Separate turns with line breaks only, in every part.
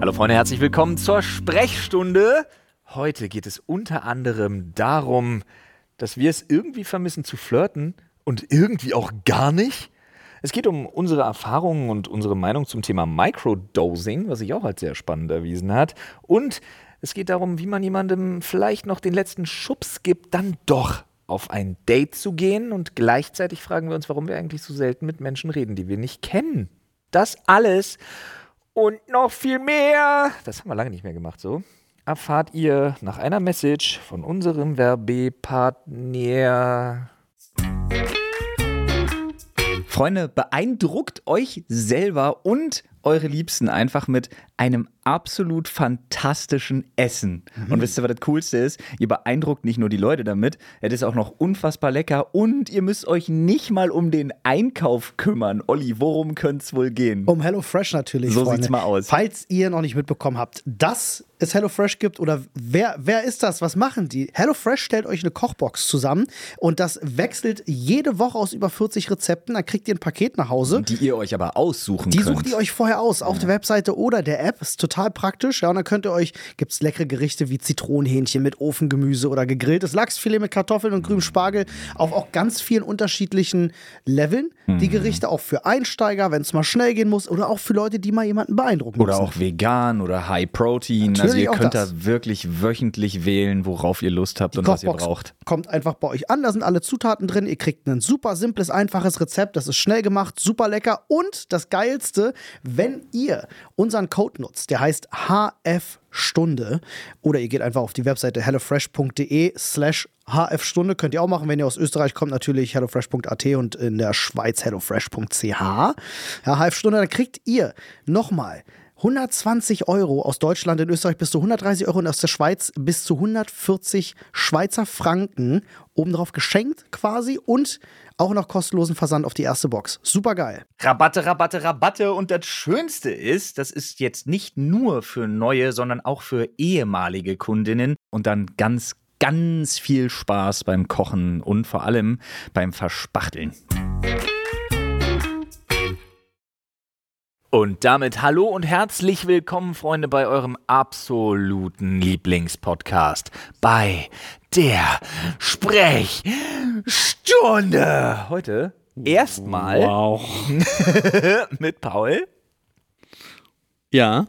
Hallo Freunde, herzlich willkommen zur Sprechstunde. Heute geht es unter anderem darum, dass wir es irgendwie vermissen zu flirten und irgendwie auch gar nicht. Es geht um unsere Erfahrungen und unsere Meinung zum Thema Microdosing, was sich auch als sehr spannend erwiesen hat. Und es geht darum, wie man jemandem vielleicht noch den letzten Schubs gibt, dann doch auf ein Date zu gehen. Und gleichzeitig fragen wir uns, warum wir eigentlich so selten mit Menschen reden, die wir nicht kennen. Das alles und noch viel mehr, das haben wir lange nicht mehr gemacht so, erfahrt ihr nach einer Message von unserem Werbepartner.
Freunde, beeindruckt euch selber und eure Liebsten einfach mit einem absolut fantastischen Essen. Und
Mhm.
wisst ihr, was das Coolste ist? Ihr beeindruckt nicht nur die Leute damit, es ist auch noch unfassbar lecker und ihr müsst euch nicht mal um den Einkauf kümmern. Olli, worum könnte es wohl gehen?
Um HelloFresh natürlich.
Hm. So
Freunde.
sieht's mal aus.
Falls ihr noch nicht mitbekommen habt, dass es HelloFresh gibt oder wer, wer ist das? Was machen die? HelloFresh stellt euch eine Kochbox zusammen und das wechselt jede Woche aus über 40 Rezepten. Dann kriegt ihr ein Paket nach Hause.
Die ihr euch aber aussuchen
Die
könnt.
sucht ihr euch vorher aus, auf der Webseite oder der App. Ist total praktisch. Ja, und dann könnt ihr euch, gibt es leckere Gerichte wie Zitronenhähnchen mit Ofengemüse oder gegrilltes Lachsfilet mit Kartoffeln und grünem Spargel auf auch ganz vielen unterschiedlichen Leveln.
Mhm.
Die Gerichte auch für Einsteiger, wenn es mal schnell gehen muss oder auch für Leute, die mal jemanden beeindrucken
Oder
müssen.
auch vegan oder High Protein. also
Natürlich
ihr
auch
könnt
das.
da wirklich wöchentlich wählen, worauf ihr Lust habt und was ihr
Kochbox
braucht.
Kommt einfach bei euch an, da sind alle Zutaten drin. Ihr kriegt ein super simples, einfaches Rezept. Das ist schnell gemacht, super lecker. Und das Geilste, wenn ihr unseren Code nutzt, der heißt HF Stunde, oder ihr geht einfach auf die Webseite hellofresh.de slash HF Stunde. Könnt ihr auch machen, wenn ihr aus Österreich kommt, natürlich hellofresh.at und in der Schweiz hellofresh.ch. Ja, HF Stunde, dann kriegt ihr nochmal 120 Euro aus Deutschland, in Österreich bis zu 130 Euro und aus der Schweiz bis zu 140 Schweizer Franken obendrauf geschenkt quasi und auch noch kostenlosen Versand auf die erste Box. Super geil.
Rabatte, Rabatte, Rabatte. Und das Schönste ist, das ist jetzt nicht nur für neue, sondern auch für ehemalige Kundinnen. Und dann ganz, ganz viel Spaß beim Kochen und vor allem beim Verspachteln.
Und damit hallo und herzlich willkommen, Freunde, bei eurem absoluten Lieblingspodcast. Bei der Sprechstunde. Heute erstmal
Wow.
mit Paul.
Ja.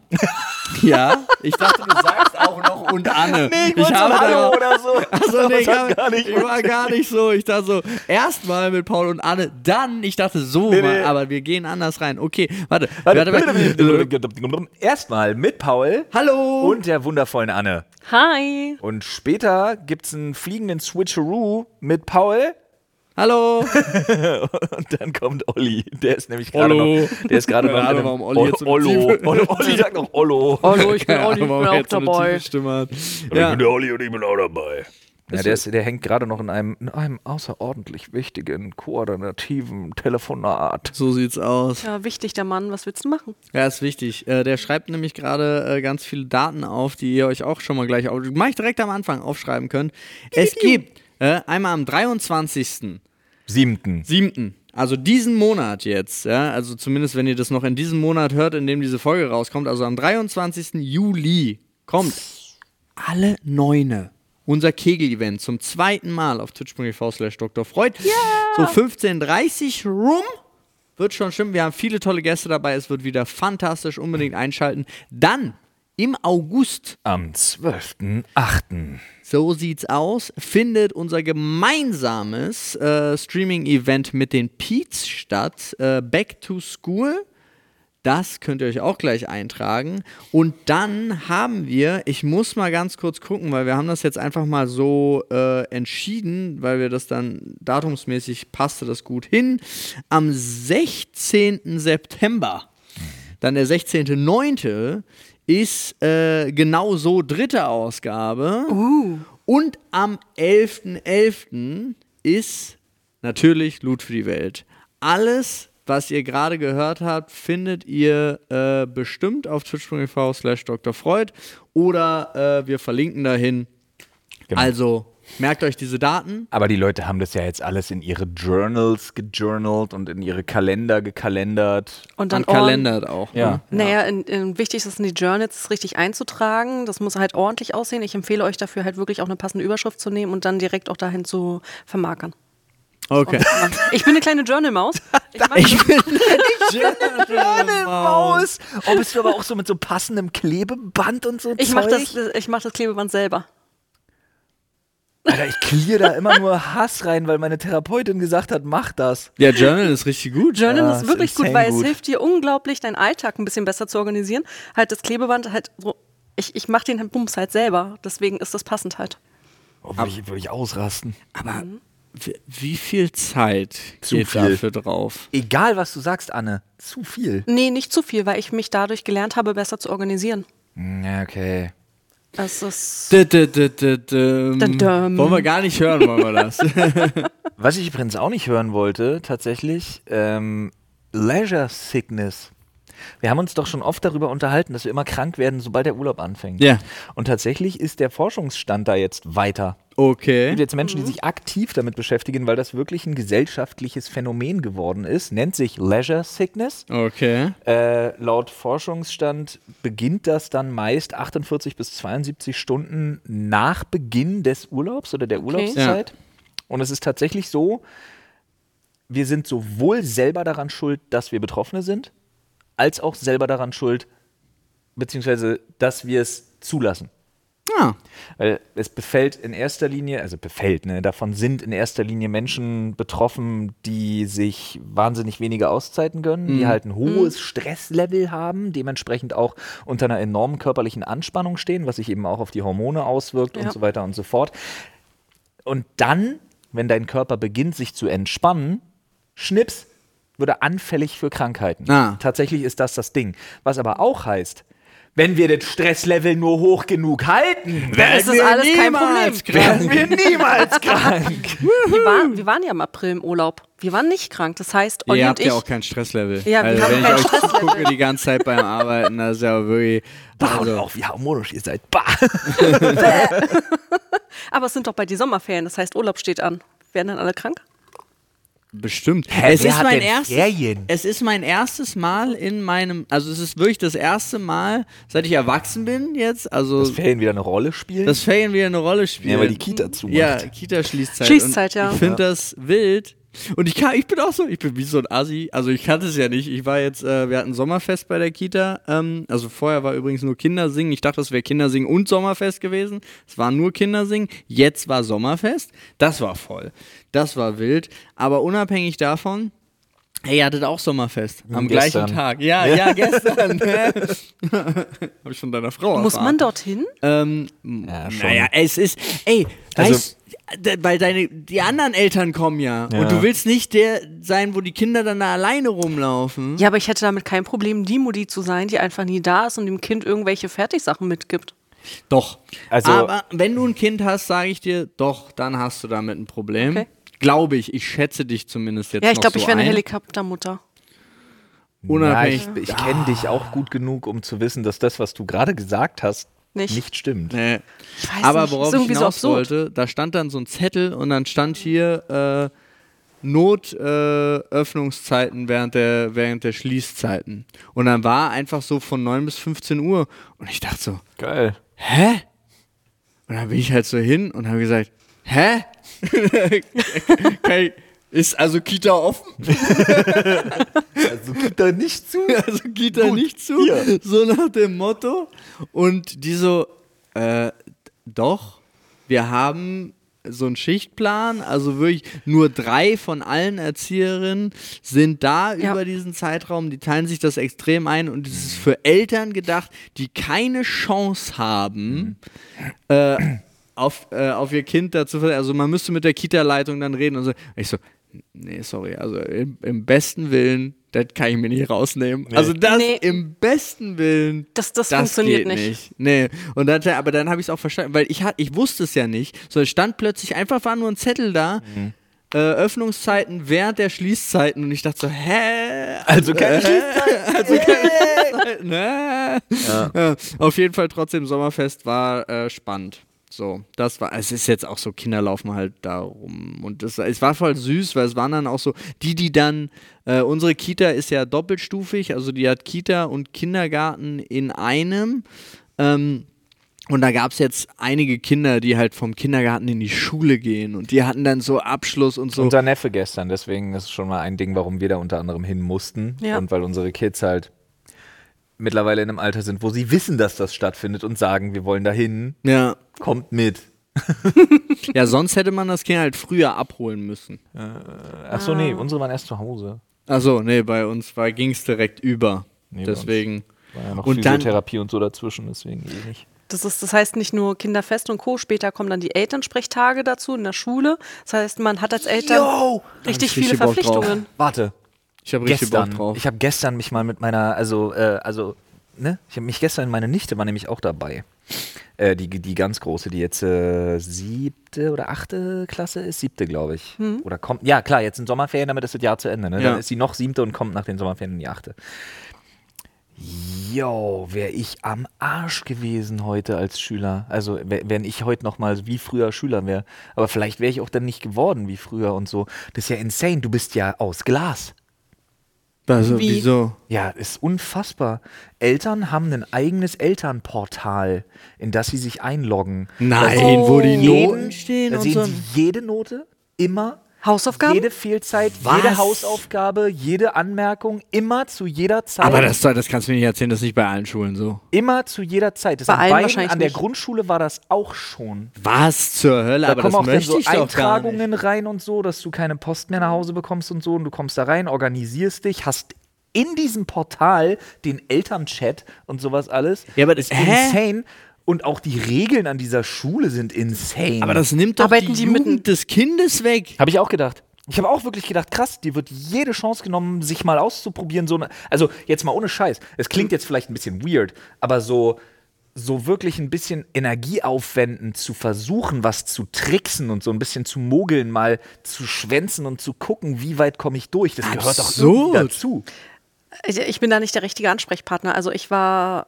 Ja. Ich dachte, du sagst auch noch und Anne.
wollte so ein Hallo oder so.
Also, nee, ich,
Das
hab,
gar nicht
ich war gar nicht so. Ich dachte so, erstmal mit Paul und Anne, dann, ich dachte so, mal,
nee.
aber wir gehen anders rein. Okay, warte. warte, warte.
Erstmal mit Paul
Hallo!
und der wundervollen Anne.
Hi.
Und später gibt's einen fliegenden Switcheroo mit Paul.
Hallo!
Und dann kommt Olli. Der ist nämlich gerade
Ollo.
noch. Der ist gerade
Keine
noch. in
Ahnung,
einem-
warum Olli jetzt so eine
Ollo.
tiefe-
Olli, Olli sagt noch Ollo.
Hallo, ich bin
Keine
Olli, ich
Ahnung,
bin
warum er
auch
jetzt so eine tiefe
dabei.
Stimme hat. Ja.
der Olli und ich bin auch dabei. Ja, der, ist, der hängt gerade noch in einem, in einem außerordentlich wichtigen, koordinativen Telefonat.
So sieht's aus.
Ja, wichtig, der Mann, was willst du machen?
Ja, ist wichtig. Äh, der schreibt nämlich gerade äh, ganz viele Daten auf, die ihr euch auch schon mal gleich auf mach ich direkt am Anfang aufschreiben könnt. Es gibt äh, einmal am 23.
Siebten.
Siebten. Also diesen Monat jetzt, ja, also zumindest wenn ihr das noch in diesem Monat hört, in dem diese Folge rauskommt, also am 23. Juli kommt alle Neune. Unser Kegel-Event zum zweiten Mal auf twitch.tv slash Dr. Freud. So 15.30 rum. Wird schon schlimm. Wir haben viele tolle Gäste dabei. Es wird wieder fantastisch. Unbedingt einschalten. Dann im August
Am 12.8.
so sieht's aus. Findet unser gemeinsames äh, Streaming-Event mit den Peets statt. Äh, Back to School. Das könnt ihr euch auch gleich eintragen. Und dann haben wir, ich muss mal ganz kurz gucken, weil wir haben das jetzt einfach mal so äh, entschieden, weil wir das dann datumsmäßig passte das gut hin. Am 16. September dann der 16.9. ist äh, genau so dritte Ausgabe.
Uh.
Und am 11.11. ist natürlich Loot für die Welt. Alles, was ihr gerade gehört habt, findet ihr äh, bestimmt auf
Genau.
Genau.
twitch.tv slash Dr. Freud oder äh, wir verlinken dahin. Also Merkt euch diese Daten.
Aber die Leute haben das ja jetzt alles in ihre Journals gejournalt und in ihre Kalender gekalendert.
Und dann
Dann
ordn-
kalendert auch.
Ja.
Ne?
Naja, in, in, wichtig ist in die Journals es richtig einzutragen. Das muss halt ordentlich aussehen. Ich empfehle euch dafür halt wirklich auch eine passende Überschrift zu nehmen und dann direkt auch dahin zu vermarkern.
Okay.
Ich bin eine kleine Journal-Maus. Ich mag-
Maus. Oh, bist du aber auch so mit so passendem Klebeband und so
Ich
Zeug?
mache das, ich mach das Klebeband selber.
Alter, ich clear da immer nur Hass rein, weil meine Therapeutin gesagt hat, mach das.
Ja, Journal Ah, ist richtig gut.
Journal
Ja,
ist
ist
wirklich gut,
insane
weil es
gut.
hilft dir unglaublich, deinen Alltag ein bisschen besser zu organisieren. Halt das Klebeband halt so, ich, ich mache den halt Bums halt selber. Deswegen ist das passend halt.
Oh, würde ich, würd ich ausrasten.
Aber
Mhm.
wie- wie viel Zeit
Zu
geht
viel.
dafür drauf?
Egal, was du sagst, Anne, zu viel.
Nee, nicht zu viel, weil ich mich dadurch gelernt habe, besser zu organisieren.
Ja, okay.
Das ist.
D -d -d -d -dum.
Dum dum.
ähm, Wollen wir gar nicht hören, wollen wir das?
Was ich übrigens auch nicht hören wollte, tatsächlich, ähm, Leisure Sickness. Wir haben uns doch schon oft darüber unterhalten, dass wir immer krank werden, sobald der Urlaub anfängt.
Ja.
Und tatsächlich ist der Forschungsstand da jetzt weiter. Es gibt
Okay.
jetzt Menschen, die sich aktiv damit beschäftigen, weil das wirklich ein gesellschaftliches Phänomen geworden ist. Nennt sich Leisure Sickness.
Okay.
Äh, laut Forschungsstand beginnt das dann meist 48 bis 72 Stunden nach Beginn des Urlaubs oder der Urlaubszeit. Und es ist tatsächlich so, wir sind sowohl selber daran schuld, dass wir Betroffene sind, als auch selber daran schuld, beziehungsweise, dass wir es zulassen. Ah.
Ja.
Weil es befällt in erster Linie, also befällt, ne, davon sind in erster Linie Menschen betroffen, die sich wahnsinnig wenige Auszeiten gönnen, die halt ein hohes Stresslevel haben, dementsprechend auch unter einer enormen körperlichen Anspannung stehen, was sich eben auch auf die Hormone auswirkt
Ja.
und so weiter und so fort. Und dann, wenn dein Körper beginnt, sich zu entspannen, schnips, wird er anfällig für Krankheiten.
Ah.
Tatsächlich ist das das Ding. Was aber auch heißt, wenn wir das Stresslevel nur hoch genug halten,
Es ist alles kein Problem.
Niemals krank.
wir niemals krank.
Hm.
Wir waren, wir waren ja im April im Urlaub. Wir waren nicht krank. Das heißt, Olli
Ihr
und
habt
ich.
ja auch kein Stresslevel.
Ja, wir
also,
haben
wenn ich
kein
euch
Stresslevel.
gucke die ganze Zeit beim Arbeiten, das ist ja wirklich.
Bah, und
Also,
auch wie harmonisch ihr seid. Bah.
aber es sind doch bald die Sommerferien. Das heißt, Urlaub steht an. Werden dann alle krank?
bestimmt.
Hä,
es
wer
ist
hat
mein
denn
erstes.
Ferien?
Es ist mein erstes Mal in meinem. Also, es ist wirklich das erste Mal, seit ich erwachsen bin jetzt. Also,
Dass Ferien wieder eine Rolle spielen?
dass Ferien wieder eine Rolle spielen.
Ja, weil die Kita zumacht.
Ja, Kita-Schließzeit. Und
Schließzeit, ja.
Ich finde das wild. Und ich, kann, ich bin auch so, ich bin wie so ein Assi. Also ich kannte es ja nicht. Ich war jetzt, äh, wir hatten Sommerfest bei der Kita. Ähm, also vorher war übrigens nur Kindersingen. Ich dachte, das wäre Kindersingen und Sommerfest gewesen. Es war nur Kindersingen. Jetzt war Sommerfest. Das war voll. Das war wild. Aber unabhängig davon, hey, ihr hattet auch Sommerfest.
gestern.
Am gleichen Tag. Ja, ja, gestern. Habe ich von deiner Frau
Muss
erfahren.
man dorthin?
Ähm,
Ja, schon.
naja, es ist, ey,
Also-
weißt, d- weil deine, die anderen Eltern kommen ja, und du willst nicht der sein, wo die Kinder dann da alleine rumlaufen.
Ja, aber ich hätte damit kein Problem, die Mutti zu sein, die einfach nie da ist und dem Kind irgendwelche Fertigsachen mitgibt.
Doch.
Also-
Aber wenn du ein Kind hast, sage ich dir, doch, dann hast du damit ein Problem.
Okay.
Glaube ich, ich schätze dich zumindest jetzt
Ja, ich
noch
glaube,
so
ich wäre eine
ein.
Helikoptermutter.
ja,
Unabhängig.
ich ich kenne dich auch gut genug, um zu wissen, dass das, was du gerade gesagt hast,
Nicht.
nicht, stimmt.
Nee.
weiß
Aber
nicht, ist
worauf ich
irgendwie so
hinaus
absurd.
wollte, da stand dann so ein Zettel und dann stand hier äh, Notöffnungszeiten äh, Öffnungszeiten während der, während der Schließzeiten. Und dann war einfach so von 9 bis 15 Uhr. Und ich dachte so,
Geil.
hä? Und dann bin ich halt so hin und habe gesagt, hä? Kann ich, ist also Kita offen?
Also gibt da nicht zu.
Also geht da nicht zu. So nach dem Motto. Und die so, äh, doch, wir haben so einen Schichtplan, also wirklich nur drei von allen Erzieherinnen sind da
Ja.
über diesen Zeitraum, die teilen sich das extrem ein und es ist für Eltern gedacht, die keine Chance haben, äh, auf, äh, auf ihr Kind dazu, ver- also man müsste mit der Kita-Leitung dann reden und so. Ich so, nee, sorry, also im, im besten Willen, das kann ich mir nicht rausnehmen. Also das
Nee.
im besten Willen.
Das- das funktioniert
geht
nicht.
Nee, und dann, aber dann habe ich es auch verstanden, weil ich, hat- ich wusste es ja nicht. So, es stand plötzlich einfach, war nur ein Zettel da. Äh, Öffnungszeiten während der Schließzeiten und ich dachte so, hä?
Also keine
ne? Ja, auf jeden Fall trotzdem Sommerfest war äh, spannend. So, das war, es ist jetzt auch so, Kinder laufen halt da rum. Und das, es war voll süß, weil es waren dann auch so, die, die dann, äh, unsere Kita ist ja doppelstufig, also die hat Kita und Kindergarten in einem. Ähm, und da gab es jetzt einige Kinder, die halt vom Kindergarten in die Schule gehen und die hatten dann so Abschluss und so.
Unser Neffe gestern, deswegen ist es schon mal ein Ding, warum wir da unter anderem hin mussten.
Ja.
Und weil unsere Kids halt mittlerweile in einem Alter sind, wo sie wissen, dass das stattfindet und sagen, wir wollen dahin,
ja.
kommt mit.
ja, sonst hätte man das Kind halt früher abholen müssen.
Achso,
Ah.
nee, unsere waren erst zu Hause.
Achso, nee, bei uns ging es direkt über.
Nee, bei uns
Deswegen.
War ja noch
Und dann-
Physiotherapie und so dazwischen, deswegen eh nicht.
Das, ist, das heißt nicht nur Kinderfest und Co. Später kommen dann die Elternsprechtage dazu in der Schule. Das heißt, man hat als Eltern richtig
ich
viele
richtig Bock drauf.
Verpflichtungen.
Warte,
Ich habe richtig
gestern,
Bock drauf.
ich habe gestern mich mal mit meiner, also, äh, also, ne, ich habe mich gestern, meine Nichte war nämlich auch dabei. Äh, die, die ganz große, die jetzt äh, siebte oder achte Klasse ist, siebte, glaube ich. Oder kommt, ja klar, jetzt sind Sommerferien, damit ist das Jahr zu Ende. Ne?
Ja.
Dann ist sie noch siebte und kommt nach den Sommerferien in die achte. Jo, wäre ich am Arsch gewesen heute als Schüler. Also wär- wenn ich heute noch mal wie früher Schüler wäre. Aber vielleicht wäre ich auch dann nicht geworden wie früher und so. Das ist ja insane. Du bist ja aus Glas.
also,
Wie?
wieso?
Ja, ist unfassbar. Eltern haben ein eigenes Elternportal, in das sie sich einloggen.
Nein,
Oh.
wo die
Jeden-
Noten stehen
da
und
sehen
so.
sie jede Note, immer.
Hausaufgaben?
Jede Fehlzeit,
Was?
jede Hausaufgabe, jede Anmerkung, immer zu jeder Zeit.
Aber das, das kannst du mir nicht erzählen, das ist nicht bei allen Schulen so.
immer zu jeder Zeit. Das
Bei
an
allen
beiden-
wahrscheinlich
an der
nicht.
Grundschule war das auch schon.
Was zur Hölle?
Da
Aber
kommen
das
auch dann
möchte
so
ich doch gar nicht.
Eintragungen rein und so, dass du keine Post mehr nach Hause bekommst und so. Und du kommst da rein, organisierst dich, hast in diesem Portal den Elternchat und sowas alles.
Ja, aber das-
ist
hä?
insane. Und auch die Regeln an dieser Schule sind insane.
Aber das nimmt doch
Arbeiten
die
die mit-
Jugend des Kindes weg.
habe ich auch gedacht. Ich habe auch wirklich gedacht, krass, dir wird jede Chance genommen, sich mal auszuprobieren. So ne, also jetzt mal ohne Scheiß. Es klingt jetzt vielleicht ein bisschen weird, aber so, so wirklich ein bisschen Energie aufwenden, zu versuchen, was zu tricksen und so ein bisschen zu mogeln, mal zu schwänzen und zu gucken, wie weit komme ich durch. Das gehört doch irgendwie
Absurd.
dazu.
Ich, ich bin da nicht der richtige Ansprechpartner. Also ich war,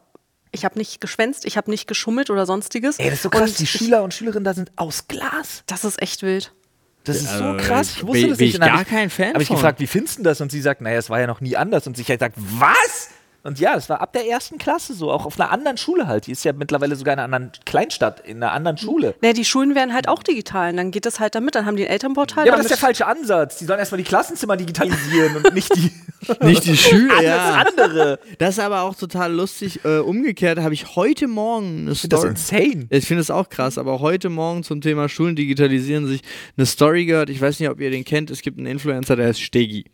ich habe nicht geschwänzt, ich habe nicht geschummelt oder sonstiges.
Ey, das ist so krass.
Und
die
ich-
Schüler und Schülerinnen da sind aus Glas.
Das ist echt wild.
Das ist so
Äh,
krass. Ich wusste
bin-
das
bin
nicht. Und
ich
dann
gar
hab
kein Fan
Habe ich
von.
gefragt, wie findest du das? Und sie sagt, naja, es war ja noch nie anders. Und ich halt sagt, was? Und ja, das war ab der ersten Klasse so, auch auf einer anderen Schule halt. Die ist ja mittlerweile sogar in einer anderen Kleinstadt, in einer anderen Schule.
Naja, die Schulen werden halt auch digital. Und dann geht das halt damit. Dann haben die ein Elternportal.
Ja, aber das ist der
damit-
falsche Ansatz. Die sollen erstmal die Klassenzimmer digitalisieren und nicht die
Nicht die Schüler, ja.
alles andere.
Das ist aber auch total lustig. Äh, umgekehrt habe ich heute Morgen eine
Das ist
Story.
insane.
Ja, Ich finde es auch krass, aber heute Morgen zum Thema Schulen digitalisieren sich eine Story gehört. Ich weiß nicht, ob ihr den kennt. Es gibt einen Influencer, der heißt Stegi.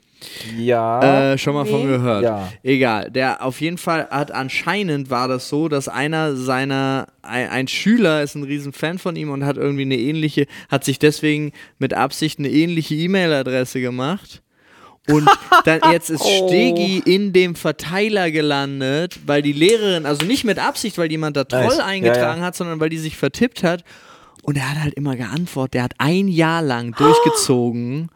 Ja.
Äh, schon mal von gehört.
Ja.
Egal. Der auf jeden Fall hat anscheinend war das so, dass einer seiner, ein, ein Schüler ist ein riesen Fan von ihm und hat irgendwie eine ähnliche, hat sich deswegen mit Absicht eine ähnliche E-Mail-Adresse gemacht. Und dann jetzt ist
Oh.
Stegi in dem Verteiler gelandet, weil die Lehrerin, also nicht mit Absicht, weil jemand da Troll
Nice. Ja,
eingetragen
ja.
hat, sondern weil die sich vertippt hat. Und er hat halt immer geantwortet. Der hat ein Jahr lang durchgezogen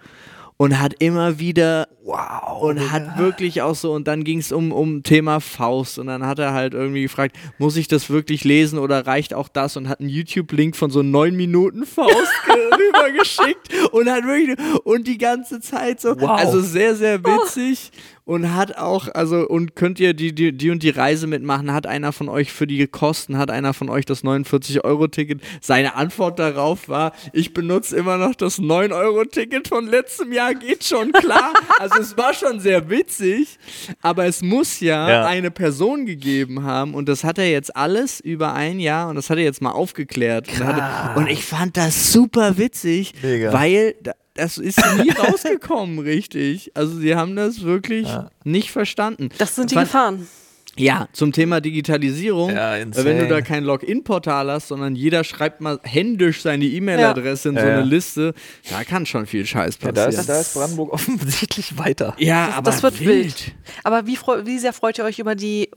und hat immer wieder wow und hat wirklich auch so und dann ging es um um Thema Faust und dann hat er halt irgendwie gefragt muss ich das wirklich lesen oder reicht auch das und hat einen YouTube Link von so neun Minuten Faust ge- rübergeschickt und hat wirklich und die ganze Zeit so
Wow.
also sehr sehr witzig und hat auch also und könnt ihr die, die die und die Reise mitmachen hat einer von euch für die Kosten hat einer von euch das 49 Euro Ticket seine Antwort darauf war ich benutze immer noch das 9 Euro Ticket von letztem Jahr geht schon klar also es war schon sehr witzig aber es muss ja,
Ja.
eine Person gegeben haben und das hat er jetzt alles über ein Jahr und das hat er jetzt mal aufgeklärt und, hatte, und ich fand das super witzig
Mega.
weil da- das ist nie rausgekommen, richtig. Also sie haben das wirklich nicht verstanden.
Das sind die
Fand-
Gefahren.
Ja, zum Thema Digitalisierung.
Ja,
Äh,
insane.
wenn du da kein Login-Portal hast, sondern jeder schreibt mal händisch seine E-Mail-Adresse in so
Ja, ja.
eine Liste, da kann schon viel Scheiß
Ja, da,
passieren.
ist, da ist Brandenburg offensichtlich weiter.
Ja,
Das,
aber
das wird wild. Aber wie, freu- wie sehr freut ihr euch über die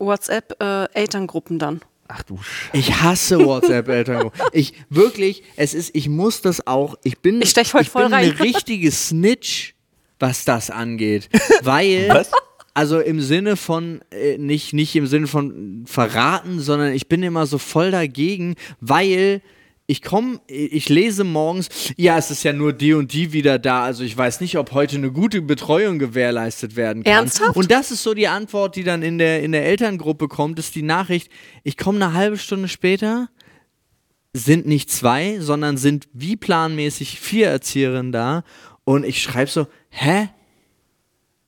WhatsApp-Elterngruppen dann?
Ach du Scheiße.
Ich hasse WhatsApp-Elterngruppen. Ich wirklich, es ist, ich muss das auch. Ich bin,
Ich stech heute voll
bin
rein.
eine richtige Snitch, was das angeht, weil also im Sinne von äh, nicht nicht im Sinne von verraten, sondern ich bin immer so voll dagegen, weil ich komme, ich lese morgens, ja, es ist ja nur die und die wieder da, also ich weiß nicht, ob heute eine gute Betreuung gewährleistet werden kann.
Ernsthaft?
Und das ist so die Antwort, die dann in der, in der Elterngruppe kommt, ist die Nachricht, ich komme eine halbe Stunde später, sind nicht zwei, sondern sind wie planmäßig vier Erzieherinnen da und ich schreibe so, hä?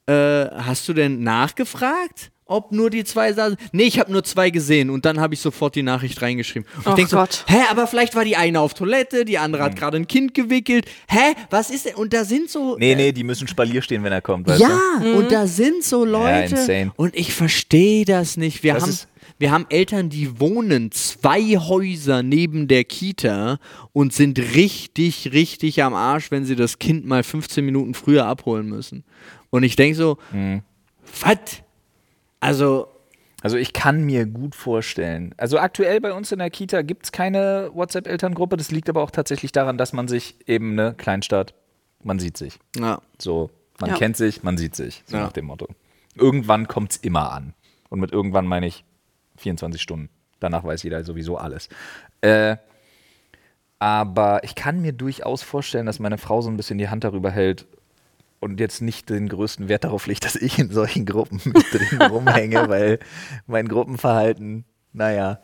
Äh, hast du denn nachgefragt? Ob nur die zwei da sind? Nee, ich habe nur zwei gesehen und dann habe ich sofort die Nachricht reingeschrieben. Und ich
Och
denk so,
Gott.
Hä, aber vielleicht war die eine auf Toilette, die andere hat gerade ein Kind gewickelt. Hä, was ist denn? Und da sind so.
Nee, nee, die müssen Spalier stehen, wenn er kommt. Weißt
ja,
du?
und da sind so Leute.
insane.
und ich verstehe das nicht. Wir
Das
haben.
ist-
Wir haben Eltern, die wohnen zwei Häuser neben der Kita und sind richtig, richtig am Arsch, wenn sie das Kind mal 15 Minuten früher abholen müssen. Und ich denke so,
Mhm.
was? Also,
Also ich kann mir gut vorstellen. Also aktuell bei uns in der Kita gibt es keine WhatsApp-Elterngruppe. Das liegt aber auch tatsächlich daran, dass man sich eben, ne, Kleinstadt, man sieht sich.
ja.
So, man
Ja.
kennt sich, man sieht sich, so
Ja.
nach dem Motto. Irgendwann kommt es immer an. Und mit irgendwann meine ich 24 Stunden. Danach weiß jeder sowieso alles. Äh, aber ich kann mir durchaus vorstellen, dass meine Frau so ein bisschen die Hand darüber hält und jetzt nicht den größten Wert darauf legt, dass ich in solchen Gruppen mit drin rumhänge, weil mein Gruppenverhalten, naja,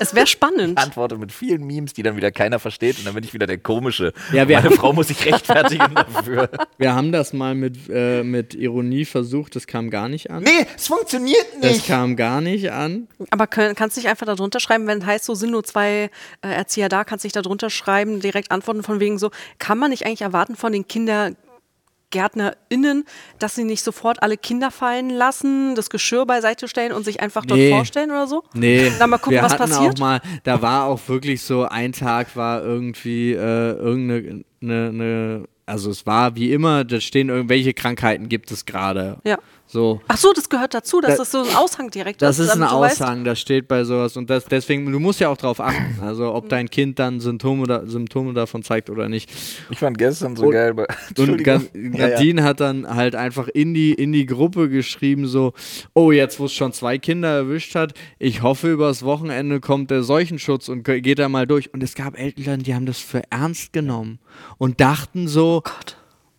Es wäre spannend.
antworte mit vielen Memes, die dann wieder keiner versteht und dann bin ich wieder der Komische.
Ja, wir-
meine Frau muss sich rechtfertigen dafür.
Wir haben das mal mit, äh, mit Ironie versucht, das kam gar nicht an.
Nee, es funktioniert
Das kam gar nicht an.
Aber können, kannst du nicht einfach da drunter schreiben, wenn heißt, so sind nur zwei äh, Erzieher da, kannst du nicht da drunter schreiben, direkt antworten von wegen so, kann man nicht eigentlich erwarten von den KindergärtnerInnen, dass sie nicht sofort alle Kinder fallen lassen, das Geschirr beiseite stellen und sich einfach dort
Nee.
vorstellen oder so?
Nee,
Dann mal gucken,
wir
was
hatten
passiert.
Auch mal, da war auch wirklich so, ein Tag war irgendwie äh, irgendeine, ne, ne, also es war wie immer, da stehen irgendwelche Krankheiten gibt es gerade.
Ja.
So.
Ach so, das gehört dazu, dass
Da-
das so ein Aushang direkt
Äh, Das ist ein
damit ähm, du weißt-
Aushang, das steht bei sowas und das deswegen, du musst ja auch drauf achten, also
Mhm.
ob dein Kind dann Symptome, da, Symptome davon zeigt oder nicht.
Ich fand gestern so
Und-
geil. Bei,
Und
Entschuldigung.
Gan- Nadine hat dann halt einfach in die, in die Gruppe geschrieben, so, oh, jetzt wo es schon zwei Kinder erwischt hat, ich hoffe, übers Wochenende kommt der Seuchenschutz und ge- geht da mal durch. Und es gab Eltern, die haben das für ernst genommen und dachten so,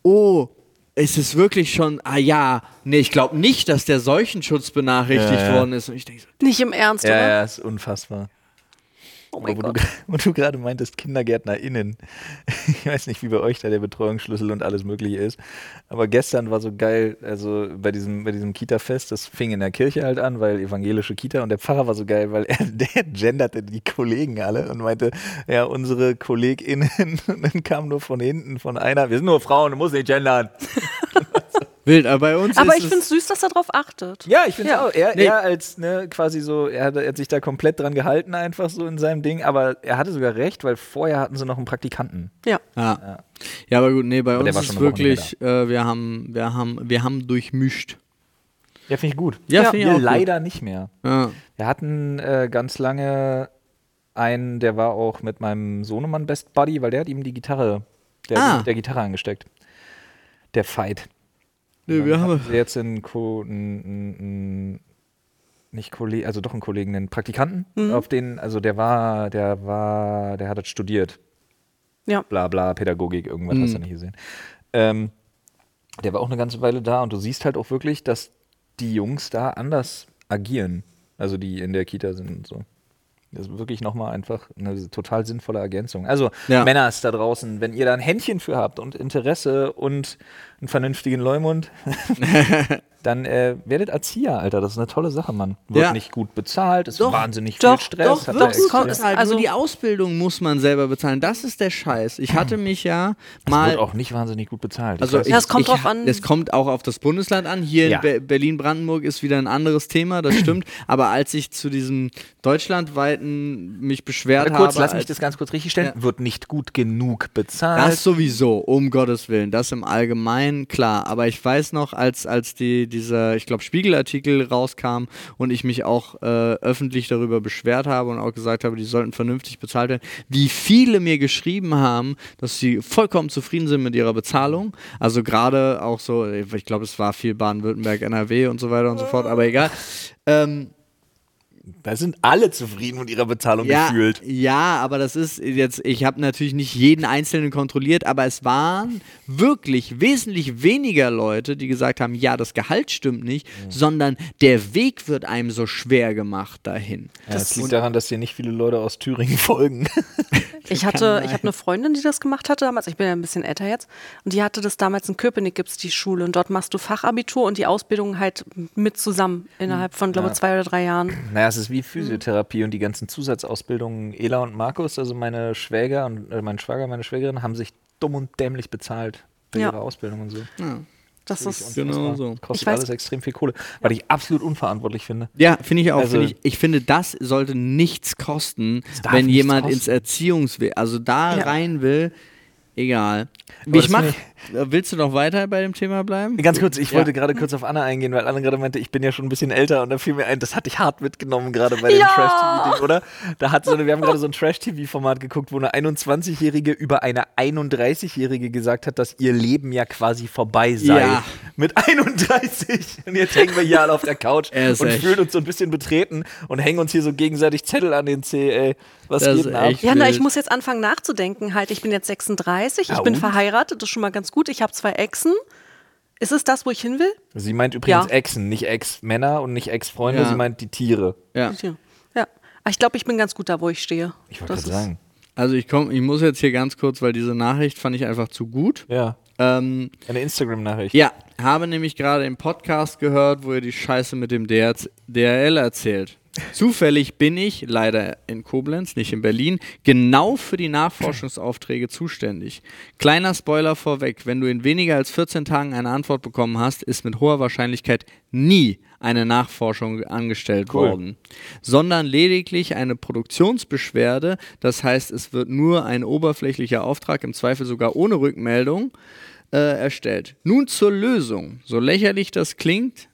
oh, ist es wirklich schon, ah ja, nee, ich glaube nicht, dass der Seuchenschutz benachrichtigt
Ja, ja.
worden ist. Und ich denke so,
Nicht im Ernst,
ja,
oder?
ja, ist unfassbar.
Oh mein
Aber wo
Gott.
du, wo du gerade meintest, KindergärtnerInnen. Ich weiß nicht, wie bei euch da der Betreuungsschlüssel und alles Mögliche ist. Aber gestern war so geil, also bei diesem, bei diesem Kita-Fest, das fing in der Kirche halt an, weil evangelische Kita und der Pfarrer war so geil, weil er der genderte die Kollegen alle und meinte, ja, unsere KollegInnen. Und dann kam nur von hinten von einer, wir sind nur Frauen, du musst nicht gendern.
wild, aber bei uns
Aber
ist
ich
es-
finde es süß, dass er drauf achtet.
Ja, ich finde
Ja.
auch. Er,
Nee.
er als ne, quasi so, er hat, er hat sich da komplett dran gehalten, einfach so in seinem Ding. Aber er hatte sogar recht, weil vorher hatten sie noch einen Praktikanten.
Ja.
Ja. ja, aber gut, nee, bei
der
uns
war
ist
schon
es
eine Woche nicht
wirklich, äh, wir haben, wir haben, wir haben durchmischt.
Ja, finde ich gut.
Ja,
Ja.
finde ich
Wir
auch gut.
leider nicht mehr.
Ja.
Wir hatten äh, ganz lange einen, der war auch mit meinem Sohnemann Best Buddy, weil der hat ihm die Gitarre, der, hat
Ah.
ihm mit der Gitarre angesteckt. Der Fight.
Nee, wir
Dann
haben,
hatten sie jetzt einen, Ko einen, einen, einen nicht Kollegen, also doch einen Kollegen, einen Praktikanten,
Mhm.
auf den, also der war, der war, der hat das studiert.
Ja.
Bla bla, Pädagogik, irgendwas hast du nicht gesehen. Ähm, der war auch eine ganze Weile da und du siehst halt auch wirklich, dass die Jungs da anders agieren. Also die in der Kita sind und so. Das ist wirklich nochmal einfach eine total sinnvolle Ergänzung. Also
Ja.
Männers da draußen, wenn ihr da ein Händchen für habt und Interesse und einen vernünftigen Leumund, dann äh, werdet Erzieher, Alter. Das ist eine tolle Sache, Mann. Wird
Ja.
nicht gut bezahlt, ist
Doch,
wahnsinnig
doch,
viel Stress.
doch,
hat
doch,
er
es
extrem.
kommt- es
halt also
Also-
nur die Ausbildung muss man selber bezahlen. Das ist der Scheiß. Ich hatte mich ja mal
wird auch nicht wahnsinnig gut bezahlt.
also
ich,
ich-
Hm. Ja, es kommt
ich,
drauf an.
Es kommt auch auf das Bundesland an. Hier
Ja.
in Be Berlin-Brandenburg ist wieder ein anderes Thema, das stimmt. Aber als ich zu diesem deutschlandweiten mich beschwert
Warte Äh, kurz,
habe.
lass mich
als-
das ganz kurz richtig stellen.
Ja.
Wird nicht gut genug bezahlt.
das sowieso, um Gottes Willen, das im Allgemeinen, klar. Aber ich weiß noch, als, als die, dieser, ich glaube, Spiegelartikel rauskam und ich mich auch äh, öffentlich darüber beschwert habe und auch gesagt habe, die sollten vernünftig bezahlt werden, wie viele mir geschrieben haben, dass sie vollkommen zufrieden sind mit ihrer Bezahlung. Also gerade auch so, ich glaube, es war viel Baden-Württemberg, NRW und so weiter und so fort, aber egal. Ähm,
Da sind alle zufrieden mit ihrer Bezahlung
ja,
gefühlt.
Ja, aber das ist jetzt, ich habe natürlich nicht jeden Einzelnen kontrolliert, aber es waren wirklich wesentlich weniger Leute, die gesagt haben, ja, das Gehalt stimmt nicht, sondern der Weg wird einem so schwer gemacht dahin.
Ja, das liegt daran, dass dir nicht viele Leute aus Thüringen folgen.
Ich hatte, ich habe eine Freundin, die das gemacht hatte damals. Ich bin ja ein bisschen älter jetzt. Und die hatte das damals in Köpenick gibt's die Schule und dort machst du Fachabitur und die Ausbildung halt mit zusammen innerhalb von glaube zwei oder drei Jahren.
Naja, es ist wie Physiotherapie und die ganzen Zusatzausbildungen. Ela und Markus, also meine Schwäger und äh, mein Schwager, meine Schwägerin, haben sich dumm und dämlich bezahlt für
Ja.
ihre Ausbildung und so.
Das ist
Genau so.
Kostet
Ich weiß-
alles extrem viel Kohle, weil ich absolut unverantwortlich finde.
Ja, finde ich auch.
Also-
finde ich, ich finde, das sollte nichts kosten,
darf
wenn
nichts
jemand
kosten.
ins Erziehungswesen, also da
Ja.
rein will, egal.
Aber
ich
das
mach, Äh,
finde
willst du noch weiter bei dem Thema bleiben?
Ganz kurz, ich
Ja.
wollte gerade kurz auf Anna eingehen, weil Anna gerade meinte, ich bin ja schon ein bisschen älter und da fiel mir ein, das hatte ich hart mitgenommen gerade bei dem
Ja.
Trash-TV-Ding, oder? Da hat so eine, wir haben gerade so ein Trash-TV-Format geguckt, wo eine 21-Jährige über eine 31-Jährige gesagt hat, dass ihr Leben ja quasi vorbei sei.
Ja.
Mit 31. Und jetzt hängen wir hier alle auf der Couch
Er ist
und
echt-
fühlen uns so ein bisschen betreten und hängen uns hier so gegenseitig Zettel an den Zeh, ey. Was
Das
geht
ist
denn ab?
echt-
Ja, na,
Bild.
ich muss jetzt anfangen nachzudenken. Halt, ich bin jetzt 36, ich
Ah,
bin
und?
verheiratet, das ist schon mal ganz gut. Ich habe zwei Echsen. Ist es das, wo ich hin will?
Sie meint übrigens
Ja.
Exen, nicht Ex-Männer und nicht Ex-Freunde,
Ja.
sie meint die Tiere.
Ja.
Ja. ja. Aber Ich glaube, ich bin ganz gut da, wo ich stehe.
Ich wollte
Das
gerade
ist-
sagen.
Also ich komme, ich muss jetzt hier ganz kurz, weil diese Nachricht fand ich einfach zu gut.
Ja.
Ähm,
Eine Instagram-Nachricht.
ja, habe nämlich gerade im Podcast gehört, wo ihr die Scheiße mit dem DRZ DRL erzählt. Zufällig bin ich, leider in Koblenz, nicht in Berlin, genau für die Nachforschungsaufträge zuständig. Kleiner Spoiler vorweg, wenn du in weniger als 14 Tagen eine Antwort bekommen hast, ist mit hoher Wahrscheinlichkeit nie eine Nachforschung angestellt worden, sondern lediglich eine Produktionsbeschwerde. Das heißt, es wird nur ein oberflächlicher Auftrag, im Zweifel sogar ohne Rückmeldung, äh, erstellt. Nun zur Lösung. So lächerlich das klingt,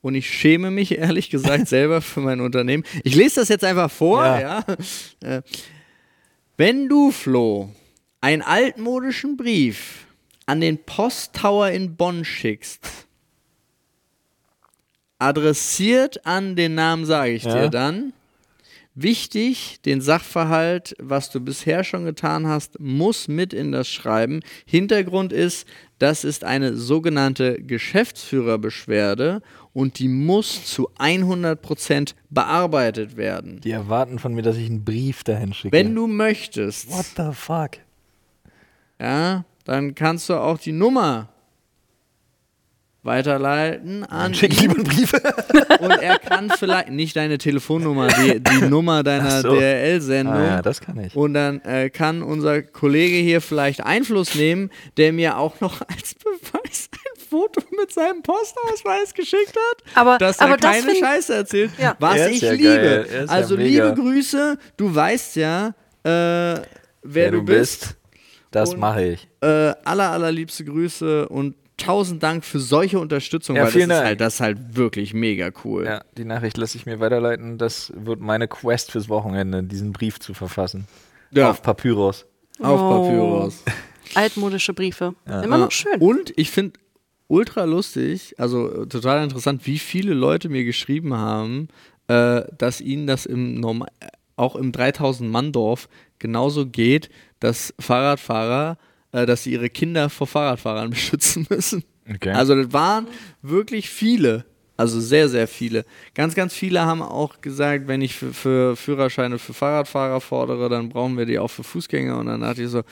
und ich schäme mich ehrlich gesagt selber für mein Unternehmen. Ich lese das jetzt einfach vor, ja.
Ja.
Äh, Wenn du, Flo, einen altmodischen Brief an den Posttower in Bonn schickst, adressiert an den Namen, sage ich dir dann, Wichtig, den Sachverhalt, was du bisher schon getan hast, muss mit in das Schreiben. Hintergrund ist, das ist eine sogenannte Geschäftsführerbeschwerde und die muss zu 100% bearbeitet werden.
Die erwarten von mir, dass ich einen Brief dahin schicke.
Wenn du möchtest,
What the fuck?
ja, dann kannst du auch die Nummer weiterleiten an
Schick
ihn.
lieber einen Brief.
und er kann vielleicht nicht deine Telefonnummer, die, die Nummer deiner
Ach so.
DRL-Sendung.
Ah ja, das kann ich.
ne? Und dann äh, kann unser Kollege hier vielleicht Einfluss nehmen, der mir auch noch als Beweis ein Foto mit seinem Postausweis geschickt hat,
Aber-
dass er
aber das
keine
find-
Scheiße erzählt,
Ja.
was
Er ist
ich
ja
liebe.
geil, er ist ja
Also
mega.
liebe Grüße, du weißt ja, äh, wer, du bist.
das
Und-
mache ich.
Äh, aller, allerliebste Grüße und tausend Dank für solche Unterstützung,
Ja,
weil das
vielen
ist,
Dank.
halt, das ist halt wirklich mega cool.
Ja, die Nachricht lasse ich mir weiterleiten. Das wird meine Quest fürs Wochenende, diesen Brief zu verfassen.
Ja.
Auf Papyrus.
Auf
Oh.
Papyrus.
Altmodische Briefe. Immer
Ah.
noch schön.
Oh.
Und ich finde ultra lustig, also äh, total interessant, wie viele Leute mir geschrieben haben, äh, dass ihnen das im Norm äh, auch im 3000-Mann-Dorf genauso geht, dass Fahrradfahrer, äh, dass sie ihre Kinder vor Fahrradfahrern beschützen müssen.
Okay.
Also das waren wirklich viele. Also sehr, sehr viele. Ganz, ganz viele haben auch gesagt, wenn ich für, für Führerscheine für Fahrradfahrer fordere, dann brauchen wir die auch für Fußgänger. Und dann dachte ich so,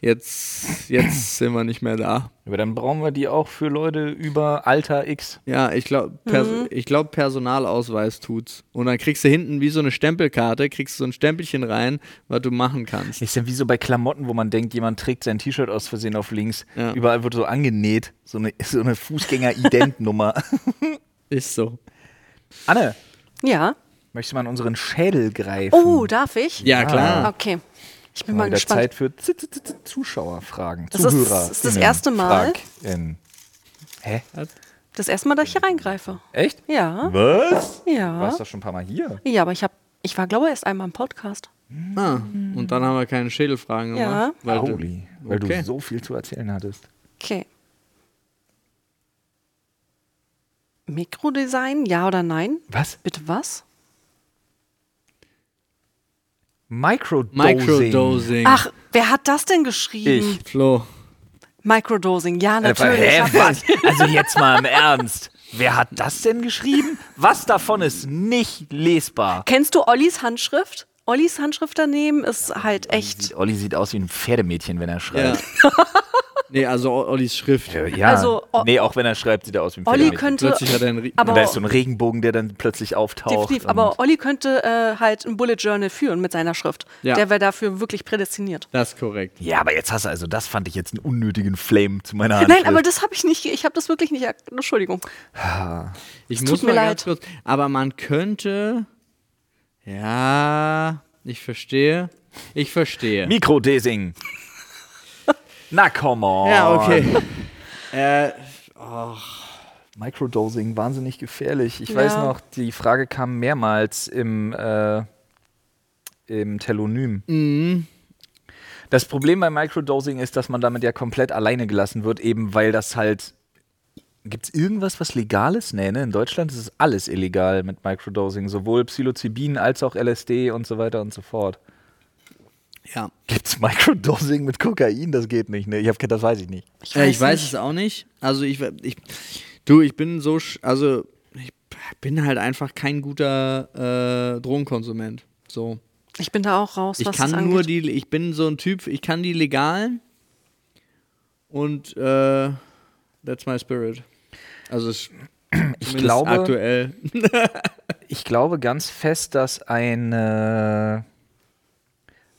jetzt, jetzt sind wir nicht mehr da.
Aber dann brauchen wir die auch für Leute über Alter X.
Ja, ich glaube, Pers
Mhm.
ich glaub, Personalausweis tut's. Und dann kriegst du hinten wie so eine Stempelkarte, kriegst du so ein Stempelchen rein, was du machen kannst.
Ist ja wie so bei Klamotten, wo man denkt, jemand trägt sein T-Shirt aus Versehen auf links.
Ja.
Überall wird so angenäht. So eine, so eine Fußgänger-Ident-Nummer.
Ist so.
Anne,
Ja.
möchtest du mal an unseren Schädel greifen?
Oh, darf ich?
Ah.
Ja, klar.
Okay. Ich bin
Mal
mal
wieder
gespannt.
Zeit für Z- Z- Z- Zuschauerfragen,
Das ist-
Zuhörer.
ist das erste Mal?
Hä?
Das erste Mal, dass ich hier reingreife.
Echt?
Ja.
Mhm. Was? Du
Ja.
warst doch schon ein paar Mal hier.
Ja, aber ich habe, ich war glaube ich erst einmal im Podcast.
Ah, und dann haben wir keine Schädelfragen
Ja.
gemacht. Weil du-
Holy, weil
Okay.
du so viel zu erzählen hattest.
Okay. Mikrodesign, ja oder nein?
Was?
Bitte was?
Microdosing.
Microdosing.
Ach, wer hat das denn geschrieben?
Flo.
Microdosing, ja, natürlich.
Äh, Hä,
hab
was?
ich.
Also jetzt mal im Ernst. Wer hat das denn geschrieben? Was davon ist nicht lesbar?
Kennst du Ollis Handschrift? Ollis Handschrift daneben ist halt echt.
Sieht, Olli sieht aus wie ein Pferdemädchen, wenn er
Ja.
schreibt. Äh,
nee, also O- Ollis Schrift.
Ja.
Also, O-
nee, auch wenn er schreibt, sieht er aus wie ein
Olli
Pferdemädchen.
könnte.
Plötzlich hat er einen Rie-
Und da ist
aber
so ein Regenbogen, der dann plötzlich auftaucht.
definitiv,
und-
aber Olli könnte äh, halt ein Bullet Journal führen mit seiner Schrift.
Ja.
Der wäre dafür wirklich prädestiniert.
Das ist korrekt.
ja, aber jetzt hast du, also das fand ich jetzt einen unnötigen Flame zu meiner Hand.
Nein, aber das habe ich nicht. ge- Ich habe das wirklich nicht. er- Entschuldigung.
Ich
Es
muss
tut
mal
mir leid.
ganz kurz. Aber man könnte. Ja, ich verstehe. Ich verstehe.
Mikrodasing. Na, come on.
ja, okay.
Oh.
äh,
Microdosing, wahnsinnig gefährlich. Ich
Ja.
weiß noch, die Frage kam mehrmals im, äh, im Telonym. Mhm. Das Problem bei Microdosing ist, dass man damit ja komplett alleine gelassen wird, eben weil das halt. Gibt es irgendwas, was legal ist? Nee, ne? In Deutschland ist es alles illegal mit Microdosing, sowohl Psilocybin als auch LSD und so weiter und so fort.
ja.
Gibt es Microdosing mit Kokain? Das geht nicht, ne? Ich hab, das weiß ich nicht.
Ich weiß, äh, ich weiß es auch nicht. Also ich, ich du, ich bin so, sch- also ich bin halt einfach kein guter äh, Drogenkonsument. So,
Ich bin da auch raus.
ich
was das
kann
angeht.
nur die, ich bin so ein Typ, ich kann die legalen und äh, that's my spirit. Also es,
Ich
zumindest aktuell.
ich glaube ganz fest, dass eine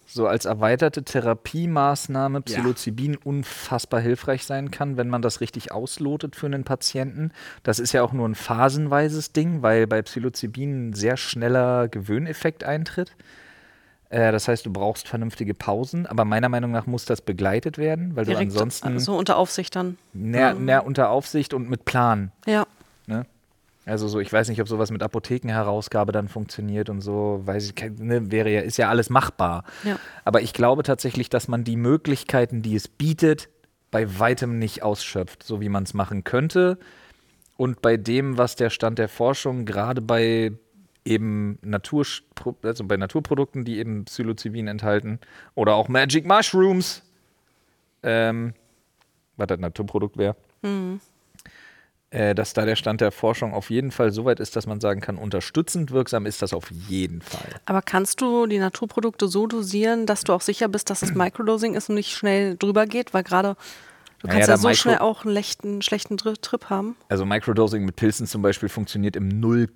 so als erweiterte Therapiemaßnahme Psilocybin unfassbar hilfreich sein kann, wenn man das richtig auslotet für einen Patienten. Das ist ja auch nur ein phasenweises Ding, weil bei Psilocybin ein sehr schneller Gewöhneffekt eintritt. Äh, Das heißt, du brauchst vernünftige Pausen, aber meiner Meinung nach muss das begleitet werden, weil du
Direkt, äh,
ansonsten
So unter Aufsicht dann.
mehr, mehr unter Aufsicht und mit Plan
Ja.
Ne? Also so, ich weiß nicht, ob sowas mit Apothekenherausgabe dann funktioniert und so, weiß ich, kein- ne, wäre ja, ist ja alles machbar.
Ja.
Aber ich glaube tatsächlich, dass man die Möglichkeiten, die es bietet, bei weitem nicht ausschöpft, so wie man es machen könnte. Und bei dem, was der Stand der Forschung gerade bei eben Natur, also bei Naturprodukten, die eben Psilocybin enthalten, oder auch Magic Mushrooms, ähm, was das Naturprodukt wäre, äh, dass da der Stand der Forschung auf jeden Fall so weit ist, dass man sagen kann, unterstützend wirksam ist das auf jeden Fall.
Aber kannst du die Naturprodukte so dosieren, dass du auch sicher bist, dass es Microdosing ist und nicht schnell drüber geht? Weil gerade du
Naja,
kannst
da
ja so
Micro-
schnell auch einen lechten, schlechten Dri- Trip haben.
Also Microdosing mit Pilzen zum Beispiel funktioniert im 0,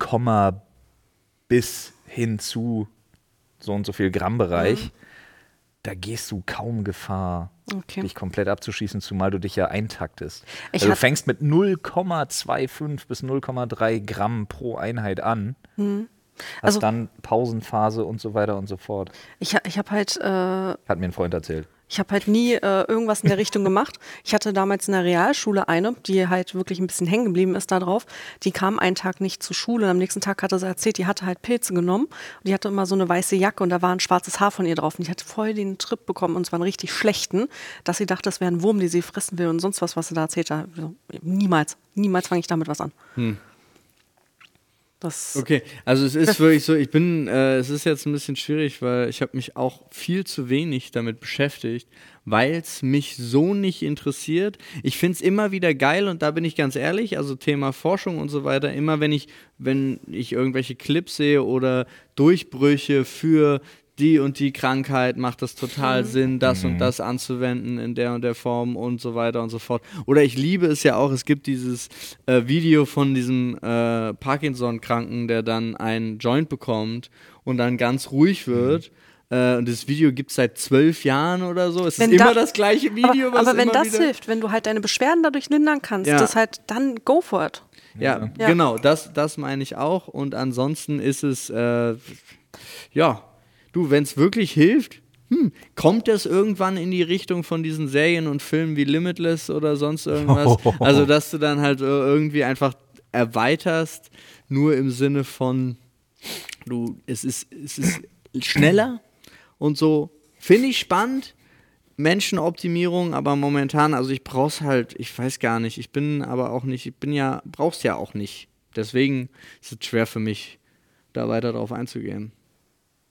bis hin zu so und so viel Gramm Bereich.
Mhm.
Da gehst du kaum Gefahr,
Okay.
dich komplett abzuschießen, zumal du dich ja eintaktest.
Ich
also du
hat-
fängst mit 0,25 bis 0,3 Gramm pro Einheit an. Hast
Also-
dann Pausenphase und so weiter und so fort.
Ich, ha- ich habe halt, äh,
Hat mir ein Freund erzählt.
ich hab halt nie äh, irgendwas in der Richtung gemacht. Ich hatte damals in der Realschule eine, die halt wirklich ein bisschen hängen geblieben ist da drauf. Die kam einen Tag nicht zur Schule und am nächsten Tag hatte sie erzählt, die hatte halt Pilze genommen. Und die hatte immer so eine weiße Jacke und da war ein schwarzes Haar von ihr drauf. Und die hat voll den Trip bekommen und zwar einen richtig schlechten, dass sie dachte, das wäre ein Wurm, der sie fressen will und sonst was, was sie da erzählt hat. So, niemals, niemals fange ich damit was an. Das
Hm. Okay, also es ist wirklich so, ich bin, äh, es ist jetzt ein bisschen schwierig, weil ich habe mich auch viel zu wenig damit beschäftigt, weil es mich so nicht interessiert. Ich finde es immer wieder geil und da bin ich ganz ehrlich, also Thema Forschung und so weiter, immer wenn ich, wenn ich irgendwelche Clips sehe oder Durchbrüche für die und die Krankheit macht das
Mhm.
total Sinn, das und das anzuwenden in der und der Form und so weiter und so fort. Oder ich liebe es ja auch, es gibt dieses äh, Video von diesem äh, Parkinson-Kranken, der dann einen Joint bekommt und dann ganz ruhig wird. Äh, und das Video gibt es seit zwölf Jahren oder so. Es
Wenn
ist
da-
immer das gleiche Video,
aber,
was
aber wenn
immer
das
wieder
hilft, wenn du halt deine Beschwerden dadurch lindern kannst,
Ja.
das halt, dann go for it.
Ja,
Ja.
genau, das, das meine ich auch. Und ansonsten ist es, äh, ja, du, wenn es wirklich hilft, hm, kommt das irgendwann in die Richtung von diesen Serien und Filmen wie Limitless oder sonst irgendwas? Also, dass du dann halt äh, irgendwie einfach erweiterst, nur im Sinne von, du, es ist, es ist schneller und so. Finde ich spannend. Menschenoptimierung, aber momentan, also ich brauch's halt, ich weiß gar nicht, ich bin aber auch nicht, ich bin ja, brauch's ja auch nicht. Deswegen ist es schwer für mich, da weiter drauf einzugehen.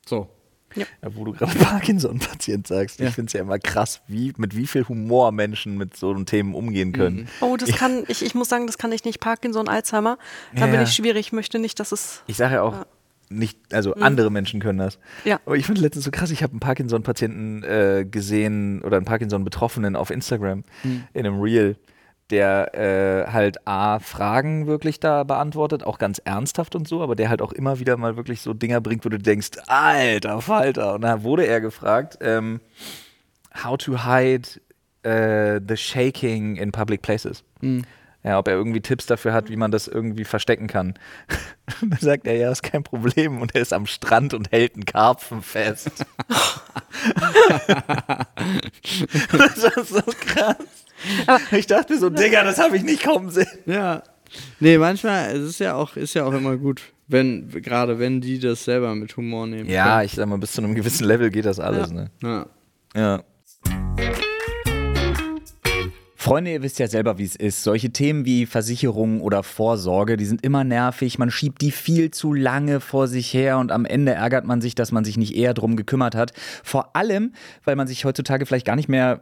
So,
Ja, Wo du gerade Parkinson-Patient sagst. Ich finde es ja immer krass, wie, mit wie viel Humor Menschen mit so Themen umgehen können.
Oh, das kann, ich, ich muss sagen, das kann ich nicht. Parkinson, Alzheimer, da
Ja,
bin
ja.
ich schwierig. Ich möchte nicht, dass es.
Ich sage ja auch nicht, also andere Menschen können das.
Ja.
Aber ich fand letztens so krass, ich habe einen Parkinson-Patienten äh, gesehen oder einen Parkinson-Betroffenen auf Instagram in einem Reel, der äh, halt A, Fragen wirklich da beantwortet, auch ganz ernsthaft und so, aber der halt auch immer wieder mal wirklich so Dinger bringt, wo du denkst, alter Falter. Und da wurde er gefragt, ähm, how to hide äh, the shaking in public places. Ja, ob er irgendwie Tipps dafür hat, wie man das irgendwie verstecken kann. Und dann sagt er, ja, ist kein Problem. Und er ist am Strand und hält einen Karpfen fest. das war so krass. ich dachte mir so, Digga, das habe ich nicht kommen sehen.
Ja. Nee, manchmal, es ist ja auch, ist ja auch immer gut, wenn, gerade wenn die das selber mit Humor nehmen.
Ja, ich sag mal, bis zu einem gewissen Level geht das alles, ne?
Ja.
Ja.
Freunde, ihr wisst ja selber, wie es ist. Solche Themen wie Versicherung oder Vorsorge, die sind immer nervig. Man schiebt die viel zu lange vor sich her und am Ende ärgert man sich, dass man sich nicht eher drum gekümmert hat. Vor allem, weil man sich heutzutage vielleicht gar nicht mehr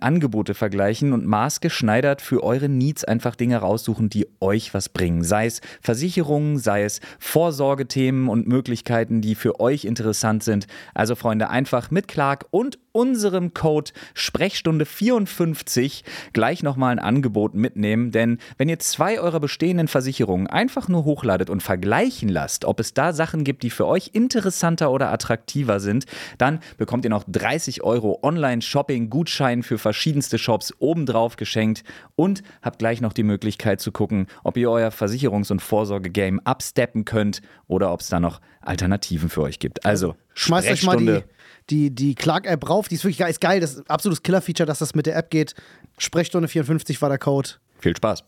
Angebote vergleichen und maßgeschneidert für eure Needs einfach Dinge raussuchen, die euch was bringen. Sei es Versicherungen, sei es Vorsorgethemen und Möglichkeiten, die für euch interessant sind. Also Freunde, einfach mit Clark und unserem Code Sprechstunde 54 gleich nochmal ein Angebot mitnehmen, denn wenn ihr zwei eurer bestehenden Versicherungen einfach nur hochladet und vergleichen lasst, ob es da Sachen gibt, die für euch interessanter oder attraktiver sind, dann bekommt ihr noch 30 Euro Online-Shopping-Gutschein für verschiedenste Shops obendrauf geschenkt und habt gleich noch die Möglichkeit zu gucken, ob ihr euer Versicherungs- und Vorsorge-Game absteppen könnt oder ob es da noch Alternativen für euch gibt. Also,
Schmeißt euch mal die,
Sprechstunde.
die, die Clark-App rauf. Die ist wirklich geil. Ist geil. Das ist ein absolutes Killer-Feature, dass das mit der App geht. Sprechstunde 54 war der Code.
Viel Spaß.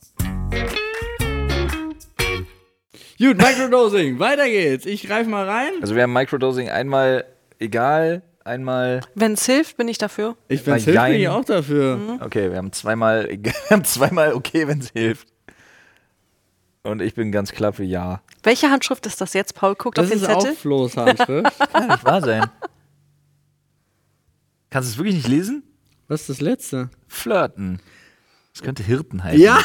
Gut, Microdosing, weiter geht's. Ich greif mal rein.
Also wir haben Microdosing einmal egal, einmal.
Wenn es hilft, bin ich dafür.
Ich bin
Jein.
hilfreich auch dafür.
Mhm.
Okay, wir haben zweimal, egal, wir haben zweimal okay, wenn es hilft. Und ich bin ganz klar für ja.
Welche Handschrift ist das jetzt? Paul guckt
Das
auf den
ist auch
Zettel.
Flo's Handschrift.
Kann nicht wahr sein. Kannst du es wirklich nicht lesen?
Was ist das letzte?
Flirten. Es könnte Hirten heißen.
Ja.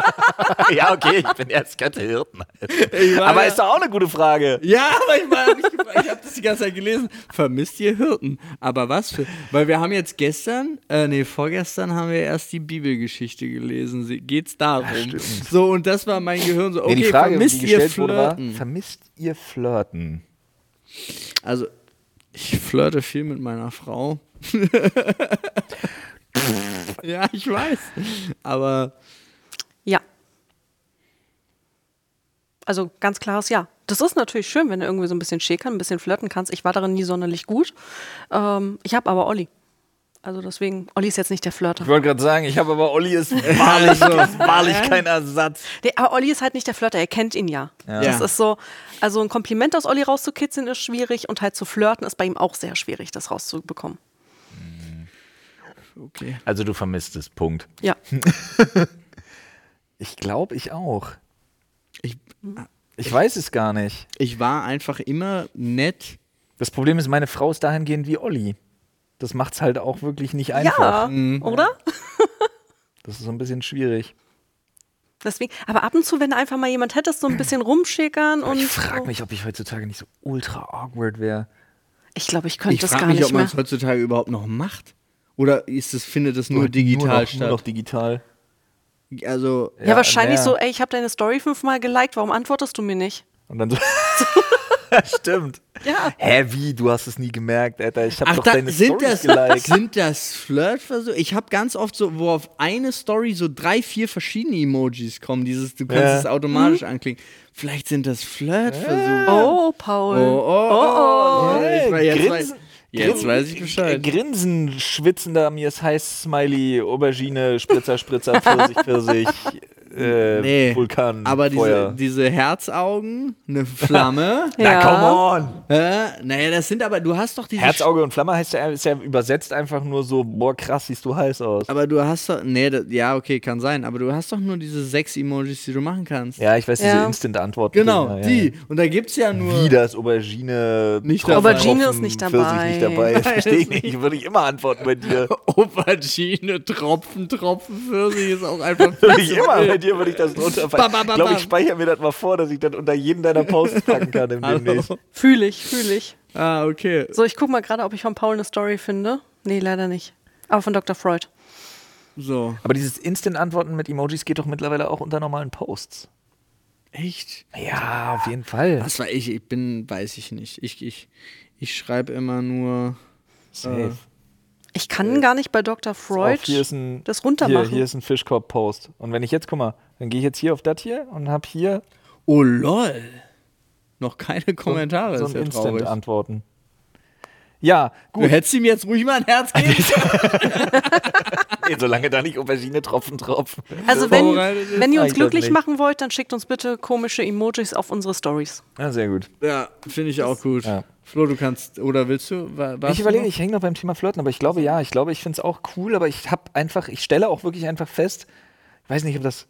ja, okay, ich bin ja, es könnte Hirten
Ich
heißen.
war
Aber
ja-
ist doch auch eine gute Frage.
Ja, aber ich, war- ich, ich habe das die ganze Zeit gelesen. Vermisst ihr Hirten? Aber was für. Weil wir haben jetzt gestern, äh, nee, vorgestern haben wir erst die Bibelgeschichte gelesen. Sie, geht's darum?
stimmt.
so, und das war mein Gehirn so, okay,
Nee, die Frage,
vermisst
die
ihr
gestellt wurde, war,
Flirten?
vermisst ihr Flirten?
Also, ich flirte viel mit meiner Frau. ja, ich weiß. Aber
Ja. Also ganz klares Ja. Das ist natürlich schön, wenn du irgendwie so ein bisschen schäkern, ein bisschen flirten kannst. Ich war darin nie sonderlich gut. Ähm, ich habe aber Olli. Also deswegen, Olli ist jetzt nicht der Flirter.
Ich wollte gerade sagen, ich habe aber Olli ist wahrlich, ist wahrlich kein Ersatz.
Nee, aber Olli ist halt nicht der Flirter, er kennt ihn ja. Das
Ja.
ist so, also ein Kompliment aus Olli rauszukitzeln ist schwierig und halt zu flirten ist bei ihm auch sehr schwierig, das rauszubekommen.
okay.
Also du vermisst es, Punkt.
Ja.
Ich glaube, ich auch.
Ich,
Ich weiß es gar nicht.
ich war einfach immer nett.
Das Problem ist, meine Frau ist dahingehend wie Olli. Das macht's halt auch wirklich nicht einfach.
Ja, oder?
Das ist so ein bisschen schwierig.
Deswegen, aber ab und zu, wenn du einfach mal jemand hättest, so ein bisschen rumschäkern und.
Ich frage
so.
mich, ob ich heutzutage nicht so ultra awkward wäre.
Ich glaube, ich könnte
Ich
das
frage
gar
mich, ob
nicht
man
mehr.
es heutzutage überhaupt noch macht. Oder ist es, findet es nur digital
nur noch,
statt?
Nur noch digital.
Also,
Ja, wahrscheinlich
ja. ne.
so, ey, ich habe deine Story fünfmal geliked, warum antwortest du mir nicht?
Und dann so. Stimmt.
Ja.
Hä, wie? Du hast es nie gemerkt, Alter. Ich hab
Ach,
doch
da,
deine
sind, das,
Stories geliked.
sind das Flirtversuche? Ich habe ganz oft so, wo auf eine Story so drei, vier verschiedene Emojis kommen. Dieses, du kannst
Ja.
es
Mhm.
automatisch anklicken. Vielleicht sind das Flirtversuche.
Oh, Paul.
oh, oh. Ich war-
Hey,
jetzt, weiß,
Grinsen-
jetzt
Grinsen-
weiß ich Bescheid.
Grinsen, schwitzender, mir ist heiß, Smiley, Aubergine, Spritzer, Spritzer, Pfirsich, Pfirsich, äh,
Nee,
Vulkan,
aber diese,
Feuer.
diese Herzaugen, eine Flamme.
Na,
Ja.
come on!
äh, naja, das sind aber, du hast doch diese
Herzauge und Flamme heißt ja, ist ja übersetzt einfach nur so, boah, krass, siehst du heiß aus.
Aber du hast doch. Nee, da, ja, okay, kann sein. Aber du hast doch nur diese sechs Emojis, die du machen kannst.
ja, ich weiß, diese
Ja.
Instant-Antworten.
Genau,
Ja, ja,
die.
ja.
Und da gibt's ja nur.
Wie das Aubergine.
Nicht
Tropfen
dabei.
Aubergine
auf dem
ist nicht
Pfirsich nicht
dabei.
dabei. Verstehe ich nicht. Würde ich immer antworten bei dir.
Aubergine, Tropfen, Tropfen, Pfirsich ist auch einfach.
Würde ich immer bei dir, würde ich das
Ba, ba,
runterfallen.
ba,
Ich glaube,
ba.
ich speichere mir das mal vor, dass ich das unter jeden deiner Posts packen kann im
Also.
demnächst.
Fühle ich, fühle ich.
ah, okay.
So, ich gucke mal gerade, ob ich von Paul eine Story finde. Nee, leider nicht. Aber von Dr. Freud.
So.
Aber dieses Instant-Antworten mit Emojis geht doch mittlerweile auch unter normalen Posts.
Echt?
Ja, auf jeden Fall.
Das war ich, ich bin, weiß ich nicht. Ich, ich, ich schreibe immer nur.
Safe.
Ich kann gar nicht bei Dr. Freud
Auf, Äh, hier ist ein,
das runtermachen.
Hier, hier ist ein Fischkorb-Post. Und wenn ich jetzt, guck mal, dann gehe ich jetzt hier auf das hier und habe hier
Oh lol. Noch keine Kommentare,
so
ist
ein
ja traurig.
Instant-Antworten. Ja,
Du
gut. Also
hättest ihm jetzt ruhig mal ein Herz geben.
Nee, solange da nicht Aubergine tropfen, tropfen.
also wenn,
Vorbereitet ist
wenn ihr
eigentlich
uns
das
glücklich
nicht.
machen wollt, dann schickt uns bitte komische Emojis auf unsere Stories.
Ja, Ah, sehr gut.
Ja, finde ich auch gut.
Ja.
Flo, du kannst, oder willst du? wa- warst
ich
du
überlege,
noch?
ich hänge noch beim Thema Flirten, aber ich glaube ja, ich glaube, ich finde es auch cool, aber ich habe einfach, ich stelle auch wirklich einfach fest, ich weiß nicht, ob das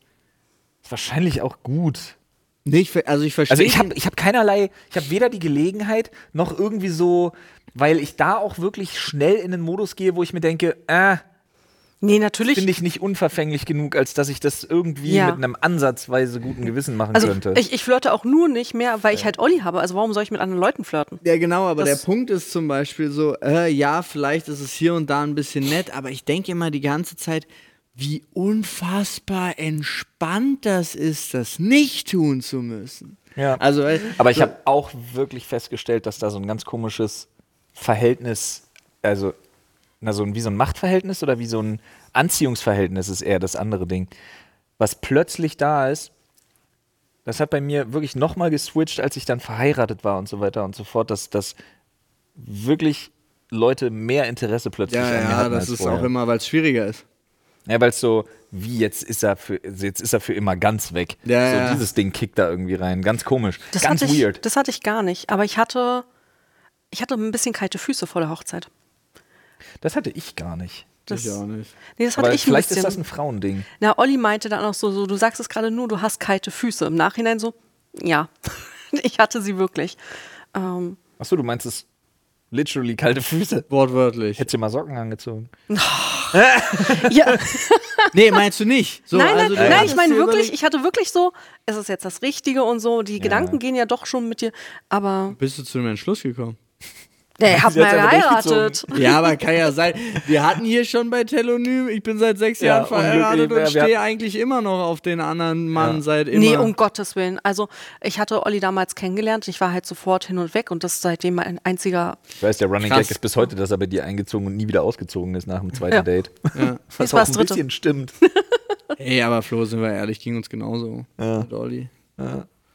ist wahrscheinlich auch gut.
Nee, ich, ver- also ich verstehe.
Also ich habe ich hab keinerlei, ich habe weder die Gelegenheit noch irgendwie so, weil ich da auch wirklich schnell in den Modus gehe, wo ich mir denke, äh,
Nee, natürlich.
finde ich nicht unverfänglich genug, als dass ich das irgendwie
Ja.
mit einem ansatzweise guten Gewissen machen
also
könnte.
ich, ich flirte auch nur nicht mehr, weil ich halt Olli habe. Also warum soll ich mit anderen Leuten flirten?
ja, genau, aber der
Das-
Punkt ist zum Beispiel so, äh, ja, vielleicht ist es hier und da ein bisschen nett, aber ich denke immer die ganze Zeit, wie unfassbar entspannt das ist, das nicht tun zu müssen.
Ja.
Also, weil-
Aber ich habe auch wirklich festgestellt, dass da so ein ganz komisches Verhältnis, also na, so ein, wie so ein Machtverhältnis oder wie so ein Anziehungsverhältnis ist eher das andere Ding. Was plötzlich da ist, das hat bei mir wirklich nochmal geswitcht, als ich dann verheiratet war und so weiter und so fort, dass, dass wirklich Leute mehr Interesse plötzlich
ja,
an mir
ja,
hatten
das
als
ist
vorher.
auch immer, weil es schwieriger ist.
Ja, weil es so, wie jetzt ist er für, jetzt ist er für immer ganz weg.
Ja,
so
ja.
dieses Ding kickt da irgendwie rein. Ganz komisch.
Das
ganz
hatte ich,
weird.
Das hatte ich gar nicht. Aber ich hatte, ich hatte ein bisschen kalte Füße vor der Hochzeit.
Das hatte ich gar nicht.
Das,
ich auch nicht.
Nee, das hatte
Aber
ich ein
vielleicht
bisschen.
ist das ein Frauending.
Na, Olli meinte dann auch so, so du sagst es gerade nur, du hast kalte Füße. Im Nachhinein so, ja, ich hatte sie wirklich. Ähm,
Achso, du meinst es literally kalte Füße.
Wortwörtlich.
Hättest du mal Socken angezogen.
ja,
nee, meinst du nicht? So,
nein,
also du
nein, nein,
hast
ich meine
dir
wirklich,
überlegt-
ich hatte wirklich so, es ist jetzt das Richtige und so, die Gedanken gehen ja doch schon mit dir, aber
Bist du zu dem Entschluss gekommen?
der hat
Sie
mal
hat's einfach
geheiratet.
durchgezogen.
Ja, aber kann ja sein. Wir hatten hier schon bei Telonym, ich bin seit sechs
Ja,
Jahren verheiratet
unglücklich,
und
ja, wir
stehe eigentlich immer noch auf den anderen Mann seit immer.
Nee, um Gottes Willen. Also, ich hatte Olli damals kennengelernt, ich war halt sofort hin und weg und das ist seitdem mein einziger.
Ich weiß, der Running
Krass.
Gag ist bis heute, dass er bei dir eingezogen und nie wieder ausgezogen ist nach dem zweiten
Ja.
Date. Was
Jetzt war
auch
das
ein
dritte.
bisschen stimmt.
Ey, aber Flo, sind wir ehrlich, ging uns genauso. Ja. Dolly.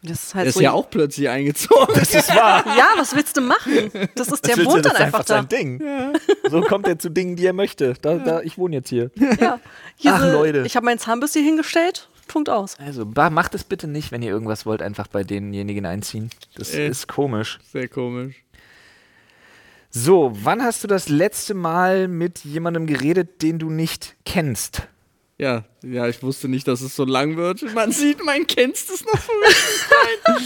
Das ist
Er
halt
ist
so.
ja auch plötzlich eingezogen.
Das war.
Ja, was willst du machen? Das ist der wohnt dann einfach da.
sein Ding. So kommt er zu Dingen, die er möchte. Da, da, ich wohne jetzt hier.
Ja. Hier
Ach,
so,
Leute.
Ich habe meinen Zahnbürstchen hingestellt. Punkt aus.
Also ba- macht es bitte nicht, wenn ihr irgendwas wollt, einfach bei denjenigen einziehen. Das
Äh.
ist komisch.
Sehr komisch.
So, wann hast du das letzte Mal mit jemandem geredet, den du nicht kennst?
Ja, ja, ich wusste nicht, dass es so lang wird. Man sieht, man kennst es noch von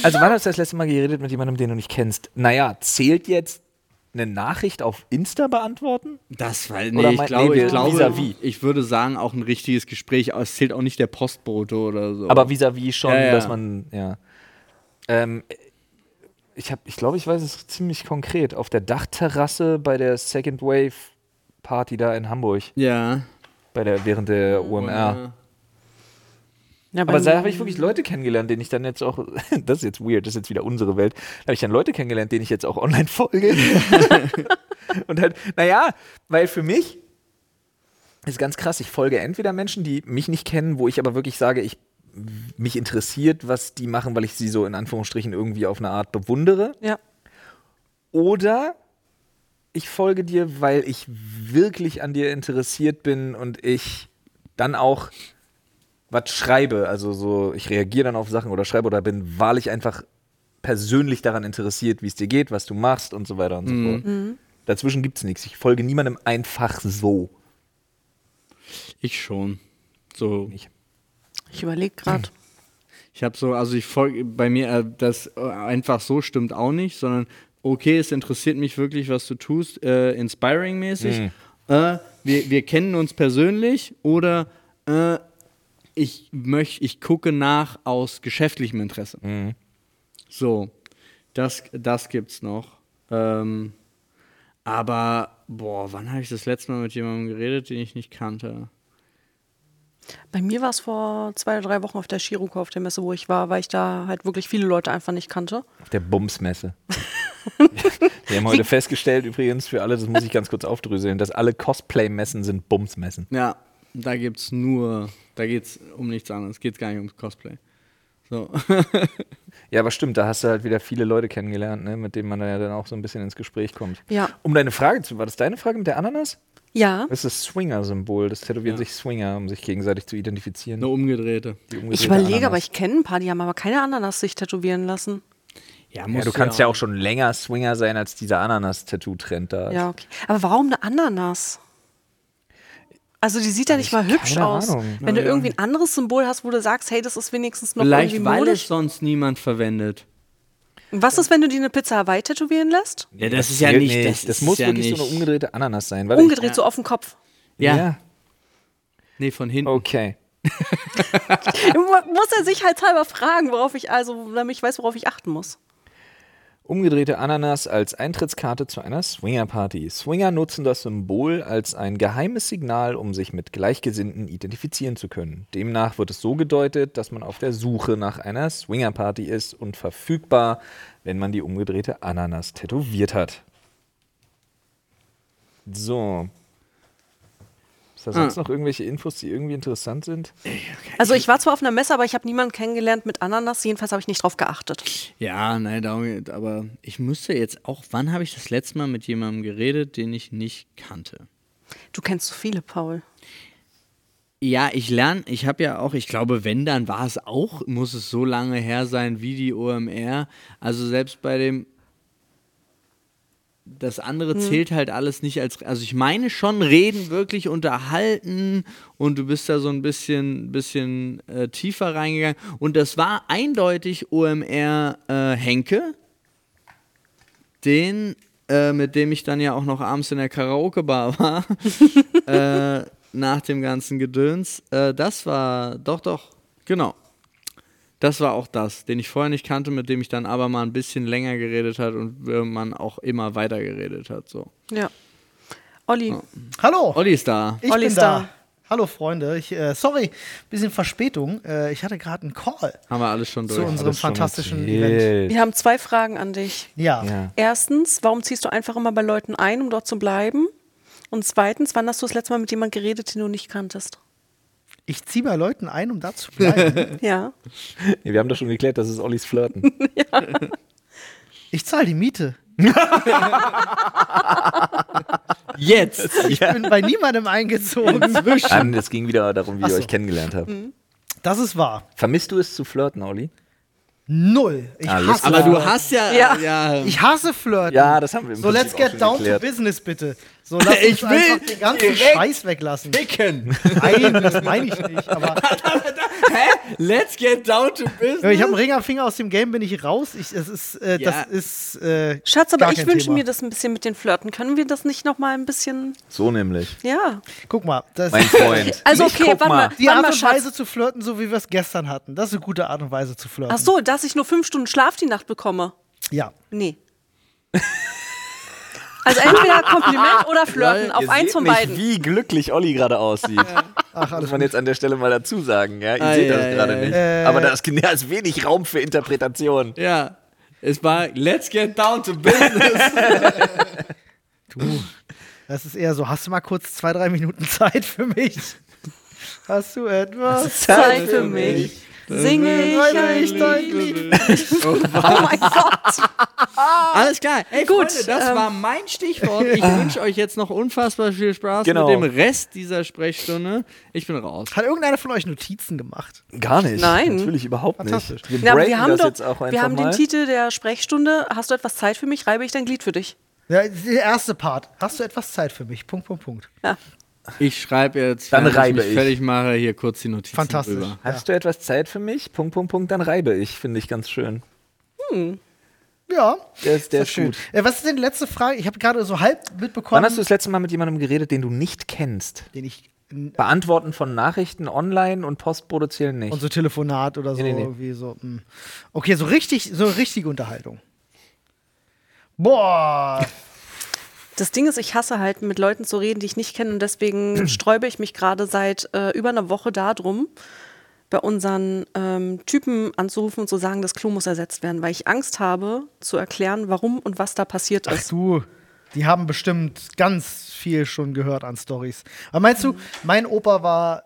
Also wann hast du das letzte Mal geredet mit jemandem, den du nicht kennst? Naja, zählt jetzt eine Nachricht auf Insta beantworten?
Das war,
Oder
nee, ich
mein-
glaube,
nee,
ich glaube,
vis-à-vis.
ich würde sagen, auch ein richtiges Gespräch. Aber es zählt auch nicht der Postbote oder so.
Aber vis-à-vis schon,
Ja, ja.
dass man, ja. Ähm, ich hab, ich glaube, ich weiß es ziemlich konkret. Auf der Dachterrasse bei der Second Wave Party da in Hamburg,
ja.
bei der, während der UMR.
Ja,
Aber
bei
da
mir-
habe ich wirklich Leute kennengelernt, denen ich dann jetzt auch, das ist jetzt weird, das ist jetzt wieder unsere Welt, da habe ich dann Leute kennengelernt, denen ich jetzt auch online folge. Und halt, naja, weil für mich ist ganz krass, ich folge entweder Menschen, die mich nicht kennen, wo ich aber wirklich sage, ich mich interessiert, was die machen, weil ich sie so in Anführungsstrichen irgendwie auf eine Art bewundere.
Ja.
Oder ich folge dir, weil ich wirklich an dir interessiert bin und ich dann auch was schreibe. Also so, ich reagiere dann auf Sachen oder schreibe oder bin wahrlich einfach persönlich daran interessiert, wie es dir geht, was du machst und so weiter und so fort. Dazwischen gibt es nichts. Ich folge niemandem einfach so.
Ich schon. So.
Ich überlege gerade.
Ich habe so, also ich folge bei mir äh, das äh, einfach so stimmt auch nicht, sondern okay, es interessiert mich wirklich, was du tust, äh, inspiring-mäßig. Äh, wir, wir kennen uns persönlich oder äh, ich möchte, ich gucke nach aus geschäftlichem Interesse. So, das, das gibt's noch. Ähm, aber, boah, wann habe ich das letzte Mal mit jemandem geredet, den ich nicht kannte?
Bei mir war es vor zwei oder drei Wochen auf der Chiruko auf der Messe, wo ich war, weil ich da halt wirklich viele Leute einfach nicht kannte.
Auf der Bumsmesse. Wir haben heute festgestellt, übrigens, für alle, das muss ich ganz kurz aufdröseln, dass alle Cosplay-Messen sind Bumsmessen.
Ja, da gibt's nur, da geht's um nichts anderes, geht's gar nicht ums Cosplay. So.
Ja, aber stimmt, da hast du halt wieder viele Leute kennengelernt, ne, mit denen man da ja dann auch so ein bisschen ins Gespräch kommt.
Ja.
Um deine Frage zu, war das deine Frage mit der Ananas?
Ja.
Das ist das Swinger-Symbol, das tätowieren sich Swinger, um sich gegenseitig zu identifizieren.
Eine umgedrehte.
Die
Ich
umgedrehte
überlege, aber
Ananas.
ich kenne ein paar, die haben aber keine Ananas sich tätowieren lassen.
Ja,
musst
du kannst ja auch schon länger Swinger sein, als dieser Ananas-Tattoo-Trend da ist.
Ja, okay. Aber warum eine Ananas? Also die sieht ja nicht mal hübsch
keine
aus.
Ahnung.
Wenn du irgendwie ein anderes Symbol hast, wo du sagst, hey, das ist wenigstens noch
Vielleicht,
irgendwie
weil es
modisch.
sonst niemand verwendet.
Was ist, wenn du dir eine Pizza Hawaii tätowieren lässt?
Ja,
zählt Das, muss wirklich so eine umgedrehte Ananas sein. Warte, ich-
Umgedreht so auf den Kopf.
Ja.
ja. Oh.
Nee, von hinten.
Okay.
Mu- Muss er sich halt halber fragen, worauf ich also, damit ich weiß, worauf ich achten muss.
Umgedrehte Ananas als Eintrittskarte zu einer Swinger-Party. Swinger nutzen das Symbol als ein geheimes Signal, um sich mit Gleichgesinnten identifizieren zu können. Demnach wird es so gedeutet, dass man auf der Suche nach einer Swinger-Party ist und verfügbar, wenn man die umgedrehte Ananas tätowiert hat. So. Ist da
Ah.
sonst noch irgendwelche Infos, die irgendwie interessant sind?
Also ich war zwar auf einer Messe, aber ich habe niemanden kennengelernt mit Ananas. Jedenfalls habe ich nicht drauf geachtet.
Ja, nein, darum, aber ich müsste jetzt auch, wann habe ich das letzte Mal mit jemandem geredet, den ich nicht kannte?
Du kennst so viele, Paul.
Ja, ich lerne, ich habe ja auch, ich glaube, wenn, dann war es auch, muss es so lange her sein wie die OMR. Also selbst bei dem, das andere zählt halt alles nicht als, also ich meine schon reden, wirklich unterhalten und du bist da so ein bisschen, bisschen äh, tiefer reingegangen. Und das war eindeutig OMR äh, Henke, den, äh, mit dem ich dann ja auch noch abends in der Karaoke-Bar war äh, nach dem ganzen Gedöns. Äh, das war, doch, doch, genau. Das war auch das, den ich vorher nicht kannte, mit dem ich dann aber mal ein bisschen länger geredet hat und äh, man auch immer weiter geredet hat. So.
Ja. Olli,
Hallo.
Olli ist da.
Ich
Olli
bin
ist
da.
da.
Hallo Freunde. Ich, äh, sorry, bisschen Verspätung. Äh, ich hatte gerade einen Call
Haben wir alles schon
zu
durch.
unserem fantastischen Event.
Event.
wir haben zwei Fragen an dich.
Ja.
Ja.
Erstens, warum ziehst du einfach immer bei Leuten ein, um dort zu bleiben? Und zweitens, wann hast du das letzte Mal mit jemandem geredet, den du nicht kanntest?
ich ziehe bei Leuten ein, um da zu bleiben.
Ja.
Nee, wir haben doch schon geklärt, das ist Ollis Flirten.
ich zahle die Miete.
Jetzt!
Ich bin bei niemandem eingezogen.
An, es ging wieder darum, wie ihr
so.
euch kennengelernt habt.
Das ist wahr.
Vermisst du es zu flirten, Olli?
Null. Ich
Alles
hasse
Aber du
Flirten.
hast ja.
Ja.
ja.
Ich hasse Flirten.
Ja, das haben wir im
So,
Prinzip
let's
auch
get
schon
down
geklärt.
to business, bitte. So, lass uns
Ich will
einfach den ganzen
direkt
Scheiß weglassen.
Dicken!
Nein, das meine ich nicht. Aber
Hä? Let's get down to
Ja,
business!
ich habe einen Ring am Finger, aus dem Game bin ich raus. Ich, es ist, äh,
Ja.
das ist. Äh,
Schatz, aber
gar
ich
kein
wünsche
Thema.
mir das ein bisschen mit den Flirten. Können wir das nicht nochmal ein bisschen.
So nämlich.
Ja.
Guck mal, das
Mein Freund.
Also,
Mich
okay,
guck
warte mal.
die
Warte
Art
mal,
und
Schatz.
Weise zu flirten, so wie wir es gestern hatten. Das ist eine gute Art und Weise zu flirten.
Ach so, dass ich nur fünf Stunden Schlaf die Nacht bekomme.
Ja.
Nee. Also entweder Kompliment oder Flirten, auf
Ihr
eins
seht
von
nicht,
beiden.
Wie glücklich Olli gerade aussieht. Muss man jetzt an der Stelle mal dazu sagen. Ja? Ihr
Ah,
seht
ja,
das
ja,
gerade
ja.
nicht.
Äh.
Aber da ist, da ist wenig Raum für Interpretation.
Ja. Es war Let's get down to business.
Das ist eher so, hast du mal kurz zwei, drei Minuten Zeit für mich? Hast du etwas?
Zeit für mich. Singe ich ein
ich dein
Lied.
Lied.
Oh mein Gott.
Alles klar. Ey,
Gut,
Freunde, das
ähm,
war mein Stichwort. Ich wünsche euch jetzt noch unfassbar viel Spaß
Genau.
mit dem Rest dieser Sprechstunde. Ich bin raus.
Hat irgendeiner von euch Notizen gemacht?
Gar nicht.
Nein.
Natürlich überhaupt nicht.
Fantastisch.
Wir
Na, aber
breaken
wir haben
das
doch,
jetzt auch einfach
wir haben den
mal.
Titel der Sprechstunde. Hast du etwas Zeit für mich? Reibe ich dein Glied für dich.
Ja, der erste Part. Hast du etwas Zeit für mich? Punkt, Punkt, Punkt.
Ich schreibe jetzt,
Dann
während
reibe
ich
ich.
mich fertig mache, hier kurz die Notizen
Fantastisch.
drüber.
Hast du etwas Zeit für mich? Punkt, Punkt, Punkt, dann reibe ich. Finde ich ganz schön.
Ja.
Der ist, der
das
ist gut.
Äh, was ist denn die letzte Frage? Ich habe gerade so halb mitbekommen,
Wann hast du das letzte Mal mit jemandem geredet, den du nicht kennst?
den ich n-
Beantworten von Nachrichten online und Postbote zählen nicht.
und so Telefonat oder so
Nee, nee, nee.
irgendwie so. hm. Okay, so richtig, so richtige Unterhaltung. Boah,
Das Ding ist, ich hasse halt, mit Leuten zu reden, die ich nicht kenne. Und deswegen sträube ich mich gerade seit äh, über einer Woche darum, bei unseren ähm, Typen anzurufen und zu sagen, das Klo muss ersetzt werden, weil ich Angst habe, zu erklären, warum und was da passiert
Ach
ist.
du, die haben bestimmt ganz viel schon gehört an Stories. Aber meinst du, mein Opa war,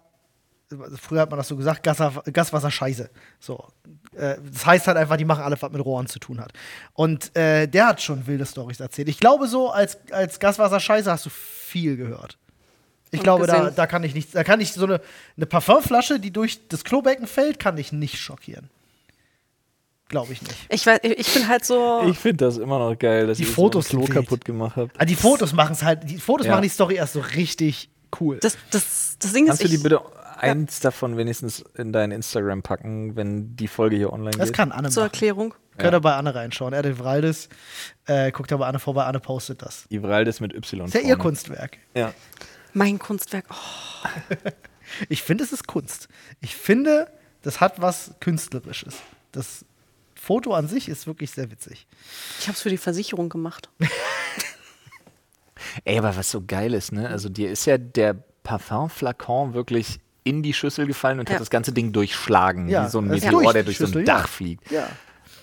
früher hat man das so gesagt, Gasser, Gaswasser Scheiße. So. Äh, Das heißt halt einfach, die machen alles, was mit Rohren zu tun hat. Und äh, der hat schon wilde Stories erzählt. Ich glaube, so als, als Gaswasser Scheiße hast du viel gehört. Ich
Und
glaube, da,
gesehen.
da kann ich nichts, da kann ich so eine, eine Parfümflasche, die durch das Klobecken fällt, kann ich nicht schockieren. Glaube ich nicht.
Ich, weiß, ich ich bin halt so.
Ich finde das immer noch geil, dass
Die
ihr das
Fotos
Klo
sind wild.
kaputt gemacht habt.
Ah, die Fotos machen es halt, die Fotos
Ja.
machen die Story erst so richtig cool.
das, das, das Ding ist,
Kannst du die
ich,
bitte eins davon wenigstens in dein Instagram packen, wenn die Folge hier online
Das
geht?
kann Anne
zur
machen.
Erklärung.
Könnt ihr bei Anne reinschauen. Erde Waldes äh, guckt da bei Anne vorbei. Anne postet das.
Ivraldis mit Y.
Ist ja ihr
vorne.
Kunstwerk.
Ja.
Mein Kunstwerk. Oh,
Ich finde, es ist Kunst. Ich finde, das hat was Künstlerisches. Das Foto an sich ist wirklich sehr witzig.
ich habe es für die Versicherung gemacht.
Ey, aber was so geil ist, ne? Also dir ist ja der Parfumflakon wirklich in die Schüssel gefallen und
Ja.
hat das ganze Ding durchschlagen,
Ja,
wie so ein
es ist
Meteor,
durch
der
die
durch so ein
Schüssel, ja.
Dach fliegt.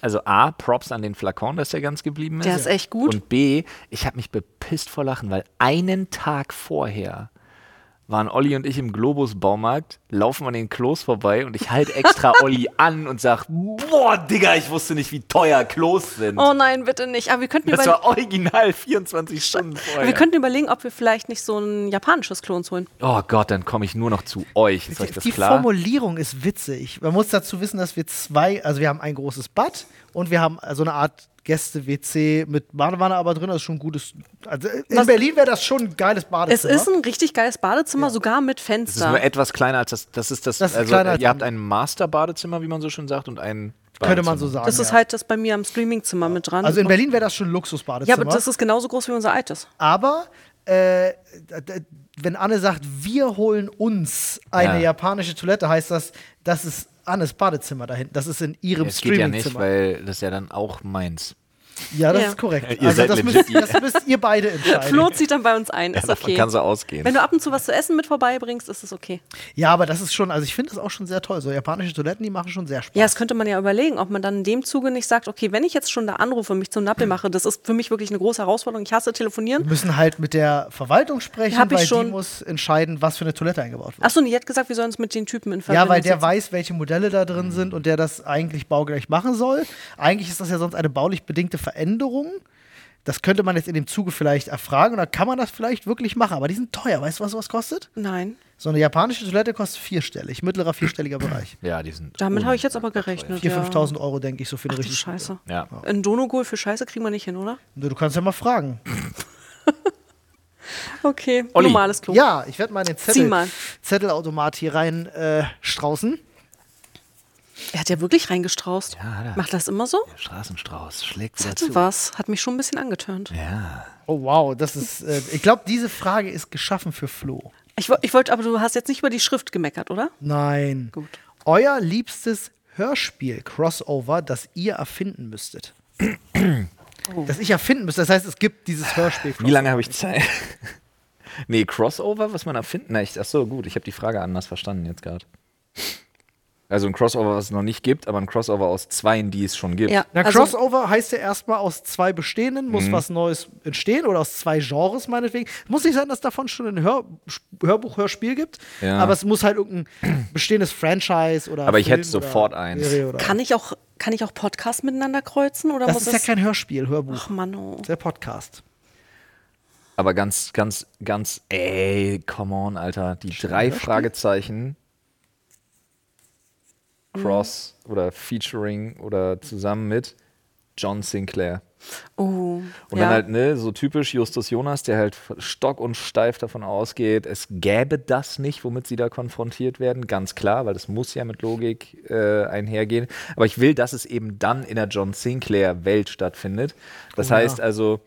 Also A, Props an den Flakon, dass der ganz geblieben ist.
Der ist echt gut.
Und B, ich habe mich bepisst vor Lachen, weil einen Tag vorher waren Olli und ich im Globus-Baumarkt, laufen an den Klos vorbei und ich halte extra Olli an und sag, boah, Digga, ich wusste nicht, wie teuer Klos sind.
Oh nein, bitte nicht. Aber wir könnten,
das
überle
war original 24 Stunden
Oh,
vorher.
wir könnten überlegen, ob wir vielleicht nicht so ein japanisches Klo uns holen.
Oh Gott, dann komme ich nur noch zu euch. Ist euch das
die
klar?
Formulierung ist witzig. Man muss dazu wissen, dass wir zwei, also wir haben ein großes Bad und wir haben so eine Art Gäste-WC mit Badewanne aber drin. Das ist schon ein gutes. Also in
Was-
Berlin wäre das schon ein geiles
Es
Badezimmer.
ist ein richtig geiles Badezimmer, sogar mit
Das ist nur
Fenster.
etwas kleiner als das. Das ist das.
Das ist
also,
kleiner als-
ihr habt ein Master-Badezimmer, wie man so schön sagt, und ein.
Könnte man so
Badezimmer.
sagen.
Das ist
ja.
halt das bei mir am Streamingzimmer mit dran.
also in
Und-
Berlin wäre das schon ein Luxusbadezimmer.
Ja, aber das ist genauso groß wie unser altes.
Aber äh, d- d- wenn Anne sagt, wir holen uns eine
Ja.
japanische Toilette, heißt das, das ist Annes Badezimmer da hinten. Das ist in ihrem
Das geht ja nicht,
Streamingzimmer.
weil das ist ja dann auch meins.
Ja, das
Ja.
ist korrekt. Also
Ihr seid
das,
legit
müsst, das müsst ihr beide entscheiden.
Flo zieht dann bei uns ein. Ist
Davon
okay.
kann so ausgehen.
Wenn du ab und zu was zu essen mit vorbeibringst, ist es okay.
Ja, aber das ist schon, also ich finde das auch schon sehr toll. So japanische Toiletten, die machen schon sehr Spaß.
Ja, das könnte man ja überlegen, ob man dann in dem Zuge nicht sagt, okay, wenn ich jetzt schon da anrufe und mich zum Nappel mache, das ist für mich wirklich eine große Herausforderung. Ich hasse
Wir
telefonieren.
müssen halt mit der Verwaltung sprechen,
Hab ich
weil die
schon.
muss entscheiden, was für eine Toilette eingebaut wird.
Achso, nee, die hat gesagt, wir sollen uns mit den Typen in Verbindung
Ja, weil der
setzen.
weiß, welche Modelle da drin sind und der das eigentlich baugleich machen soll. Eigentlich ist das ja sonst eine baulich bedingte Veränderung. Das könnte man jetzt in dem Zuge vielleicht erfragen und dann kann man das vielleicht wirklich machen. Aber die sind teuer. Weißt du, was sowas kostet?
Nein,
So eine japanische Toilette kostet vierstellig, mittlerer vierstelliger Bereich.
ja, die sind.
Oh,
damit habe ich jetzt aber gerechnet.
4.000,
Ja.
5.000 Euro, denke ich, so für eine
Ach, du
richtige
Scheiße.
Ja.
In Donogol für Scheiße kriegen wir nicht hin, oder?
Toilette. Du kannst ja mal fragen.
Okay,
Olli.
normales Klo.
Ja, ich werde mal den Zettel,
mal.
Zettelautomat hier rein äh, straußen.
Er hat ja wirklich reingestraußt.
Ja, hat er.
Macht das immer so?
Straßenstrauß schlägt
Das
wieder
hatte
zu.
was. Hat mich schon ein bisschen angetönt.
Ja.
Oh wow, das ist. Äh, ich glaube, diese Frage ist geschaffen für Flo.
Ich, wo- ich wollte, aber du hast jetzt nicht über die Schrift gemeckert, oder?
Nein.
Gut.
Euer liebstes Hörspiel-Crossover, das ihr erfinden müsstet.
Oh.
das ich erfinden müsste. Das heißt, es gibt dieses Hörspiel.
Wie lange habe ich Zeit? nee, Crossover, was man erfinden. Na, ich, ach so, gut, ich habe die Frage anders verstanden jetzt gerade. Also ein Crossover, was es noch nicht gibt, aber ein Crossover aus zweien, die es schon gibt.
Ja,
Na,
also,
Crossover heißt ja erstmal aus zwei bestehenden muss
Mhm.
was Neues entstehen oder aus zwei Genres meinetwegen. Muss nicht sein, dass davon schon ein Hör Hörbuch, Hörspiel gibt,
Ja.
aber es muss halt irgendein bestehendes Franchise oder.
Aber ich
Film
hätte
oder
sofort eins.
Serie Oder
kann ich auch, kann ich auch Podcasts miteinander kreuzen oder
das
muss
ist ja
es?
kein Hörspiel, Hörbuch.
Ach Mann, oh.
Das ist ja Podcast.
Aber ganz, ganz, ganz, ey, come on, Alter. Die drei Fragezeichen. Cross oder Featuring oder zusammen mit John Sinclair.
oh.
Und
ja.
dann halt, ne, so typisch Justus Jonas, der halt stock und steif davon ausgeht, es gäbe das nicht, womit sie da konfrontiert werden, ganz klar, weil das muss ja mit Logik äh, einhergehen. Aber ich will, dass es eben dann in der John Sinclair-Welt stattfindet. Das heißt also,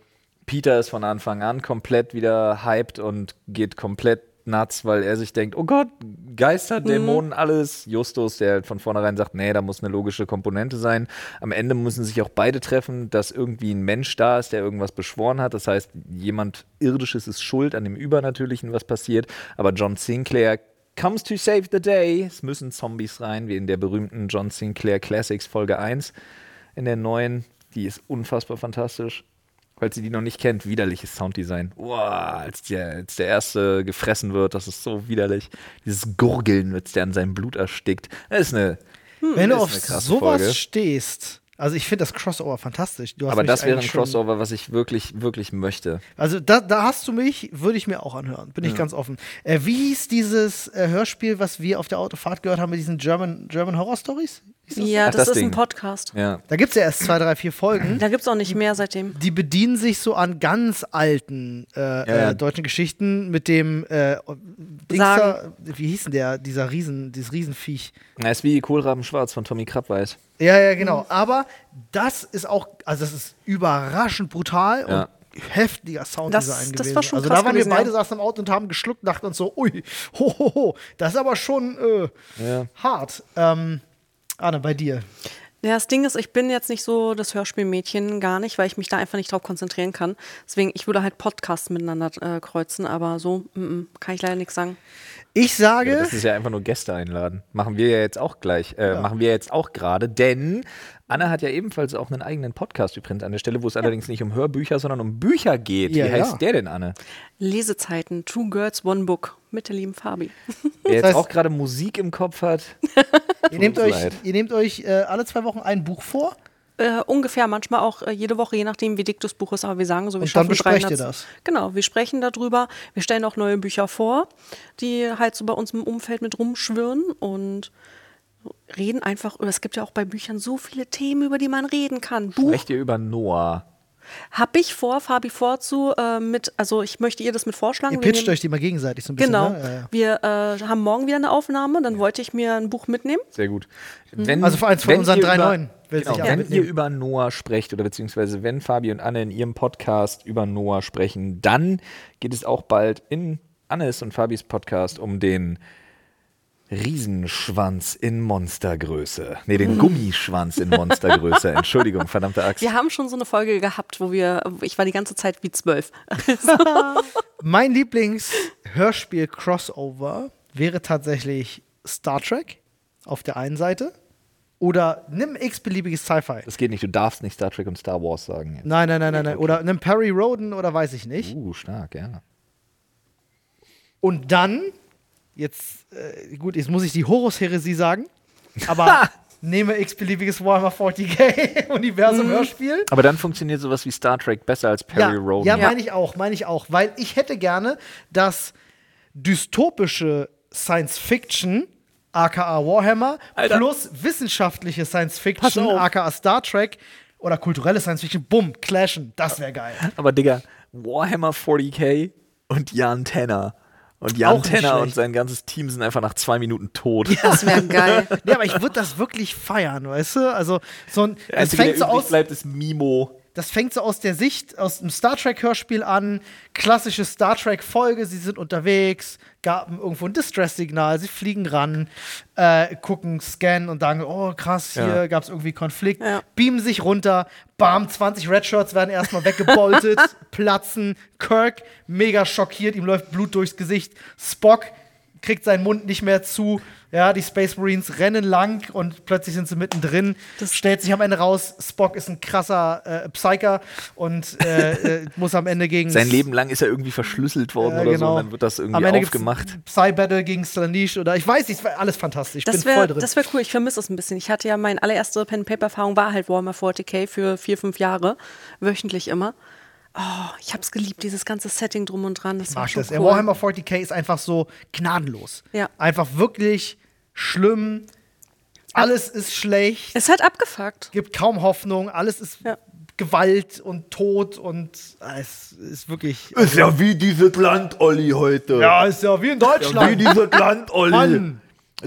Peter ist von Anfang an komplett wieder hyped und geht komplett nuts, weil er sich denkt, oh Gott, Geister, Dämonen, alles. Justus, der halt von vornherein sagt, nee, da muss eine logische Komponente sein. Am Ende müssen sich auch beide treffen, dass irgendwie ein Mensch da ist, der irgendwas beschworen hat. Das heißt, jemand Irdisches ist schuld an dem Übernatürlichen, was passiert. Aber John Sinclair comes to save the day. Es müssen Zombies rein, wie in der berühmten John Sinclair Classics Folge 1 in der neuen. Die ist unfassbar fantastisch. Falls ihr die noch nicht kennt, widerliches Sounddesign. Wow, als der, als der erste gefressen wird, das ist so widerlich. Dieses Gurgeln, als der an seinem Blut erstickt. Das ist eine.
Wenn du
ist
auf
eine krasse
sowas
Folge.
stehst, also ich finde das Crossover fantastisch. Du hast
Aber
mich
das wäre ein
eigentlich schon-
Crossover, was ich wirklich, wirklich möchte.
Also da, da hast du mich, würde ich mir auch anhören, bin ich ganz offen. Äh, wie hieß dieses äh, Hörspiel, was wir auf der Autofahrt gehört haben mit diesen German, German Horror Stories? Hieß das so?
ja,
Ach,
das,
das
ist
Ding.
ein Podcast.
Ja.
Da gibt es ja erst zwei, drei, vier Folgen.
Da gibt es auch nicht mehr seitdem.
Die bedienen sich so an ganz alten äh,
ja.
äh, deutschen Geschichten mit dem äh, Dingster, wie hieß denn der, dieser Riesen, dieses Riesenviech.
Das ist wie Kohlraben Schwarz von Tommy Krabbeis.
Ja, ja, genau. Aber das ist auch, also das ist überraschend brutal
Ja.
und heftiger Sounddesign
Das- das
gewesen.
war schon
also
krass
da waren
gewesen,
wir beide
ja.
saßen im Auto und haben geschluckt und dachten uns so, ui, ho, ho, ho, das ist aber schon äh,
Ja.
hart. Ähm, Anne, bei dir.
Ja, das Ding ist, ich bin jetzt nicht so das Hörspielmädchen gar nicht, weil ich mich da einfach nicht drauf konzentrieren kann. Deswegen, ich würde halt Podcasts miteinander äh, kreuzen, aber so mm, mm, kann ich leider nichts sagen.
Ich
Ja,
sage,
das ist ja einfach nur Gäste einladen. Machen wir ja jetzt auch gleich. Äh, Machen wir jetzt auch gerade, denn Anna hat ja ebenfalls auch einen eigenen Podcast übrigens an der Stelle, wo es allerdings nicht um Hörbücher, sondern um Bücher geht.
Ja,
wie heißt
ja.
der denn, Anne?
Lesezeiten, Two Girls, One Book mit der lieben Fabi.
Wer jetzt
heißt-
auch gerade Musik im Kopf hat.
ihr nehmt
uns
euch,
leid.
ihr nehmt euch äh, alle zwei Wochen ein Buch vor.
Äh, ungefähr, manchmal auch äh, jede Woche, je nachdem, wie dick das Buch ist, aber wir sagen so,
Und
wir
dann
schaffen
besprecht
300.
ihr das?
Genau, wir sprechen darüber. Wir stellen auch neue Bücher vor, die halt so bei uns im Umfeld mit rumschwirren und reden einfach über. Es gibt ja auch bei Büchern so viele Themen, über die man reden kann. Buch
Sprecht ihr über Noah?
habe ich vor, Fabi vorzu, äh, mit, also ich möchte ihr das mit vorschlagen.
Ihr
Wir
pitcht
nehmen-
euch die mal gegenseitig so ein bisschen.
Genau.
Ne? Ja, ja.
Wir äh, haben morgen wieder eine Aufnahme, dann wollte ich mir ein Buch mitnehmen.
Sehr gut. Wenn,
Also vor allem von
wenn
unseren
ihr
drei
über-
Neuen will
Genau,
sich ja
wenn
mitnehmen.
ihr über Noah sprecht oder beziehungsweise wenn Fabi und Anne in ihrem Podcast über Noah sprechen, dann geht es auch bald in Annes und Fabis Podcast um den Riesenschwanz in Monstergröße. Nee,
Mhm.
den Gummischwanz in Monstergröße. Entschuldigung, verdammte Axt.
Wir haben schon so eine Folge gehabt, wo wir, ich war die ganze Zeit wie zwölf.
Mein Lieblings-Hörspiel-Crossover wäre tatsächlich Star Trek auf der einen Seite oder nimm x-beliebiges Sci-Fi.
Das geht nicht, du darfst nicht Star Trek und Star Wars sagen. Jetzt.
Nein, nein, nein, nein, nein. Oder nimm Perry Roden oder weiß ich nicht.
Uh, stark, ja.
Und dann, jetzt, äh, gut, jetzt muss ich die Horus-Heresie sagen, aber nehme x-beliebiges Warhammer 40k Universum-Hörspiel.
Aber dann funktioniert sowas wie Star Trek besser als Perry
ja,
Roden.
Ja,
Ja.
meine ich auch, meine ich auch. Weil ich hätte gerne, dass dystopische Science Fiction, aka Warhammer,
Alter.
plus wissenschaftliche Science
Pass
Fiction,
auf.
aka Star Trek oder kulturelle Science Fiction, bumm, clashen. Das wäre geil.
Aber Digga, Warhammer 40k und Jan Tenner. Und Jan
Auch nicht
Tenner und
schlecht.
sein ganzes Team sind einfach nach zwei Minuten tot.
Das wäre geil.
Nee, aber ich würde das wirklich feiern, weißt du? Also, so ein.
Der
Es
Einzige,
fängt
der
so
übrig
aus.
bleibt, ist Mimo.
das fängt so aus der Sicht, aus dem Star Trek-Hörspiel an. Klassische Star Trek-Folge, sie sind unterwegs, gaben irgendwo ein Distress-Signal, sie fliegen ran, äh, gucken, scannen und sagen, oh krass, hier
Ja.
gab es irgendwie Konflikt, beamen sich runter, bam, 20 Redshirts werden erstmal weggeboltet, platzen. Kirk, mega schockiert, ihm läuft Blut durchs Gesicht. Spock kriegt seinen Mund nicht mehr zu. Ja, die Space Marines rennen lang und plötzlich sind sie mittendrin. Das stellt sich am Ende raus, Spock ist ein krasser äh, Psyker und äh, äh, muss am Ende gegen
Sein Leben lang ist er irgendwie verschlüsselt worden
Ja,
oder so
genau.
und dann wird das
Am
irgendwie
Ende gibt's
aufgemacht.
Psy-Battle gegen Slanish oder ich weiß nicht, es war alles fantastisch. Ich
Das
bin voll
wäre
drin.
das wär cool, ich vermisse es ein bisschen. Ich hatte ja meine allererste Pen-Paper-Erfahrung war halt Warhammer 40k für vier, fünf Jahre, wöchentlich immer. Oh, ich hab's geliebt, dieses ganze Setting drum und dran. Das war
mag
schon
das.
cool.
Warhammer 40k ist einfach so gnadenlos.
Ja.
Einfach wirklich schlimm. Alles ist schlecht,
Es hat abgefuckt.
gibt kaum Hoffnung, alles ist
Ja.
Gewalt und Tod und ah, es ist wirklich.
Ist ja wie dieses Land, Olli, heute.
Ja, ist ja wie in Deutschland.
dieses Land, Olli.
Mann.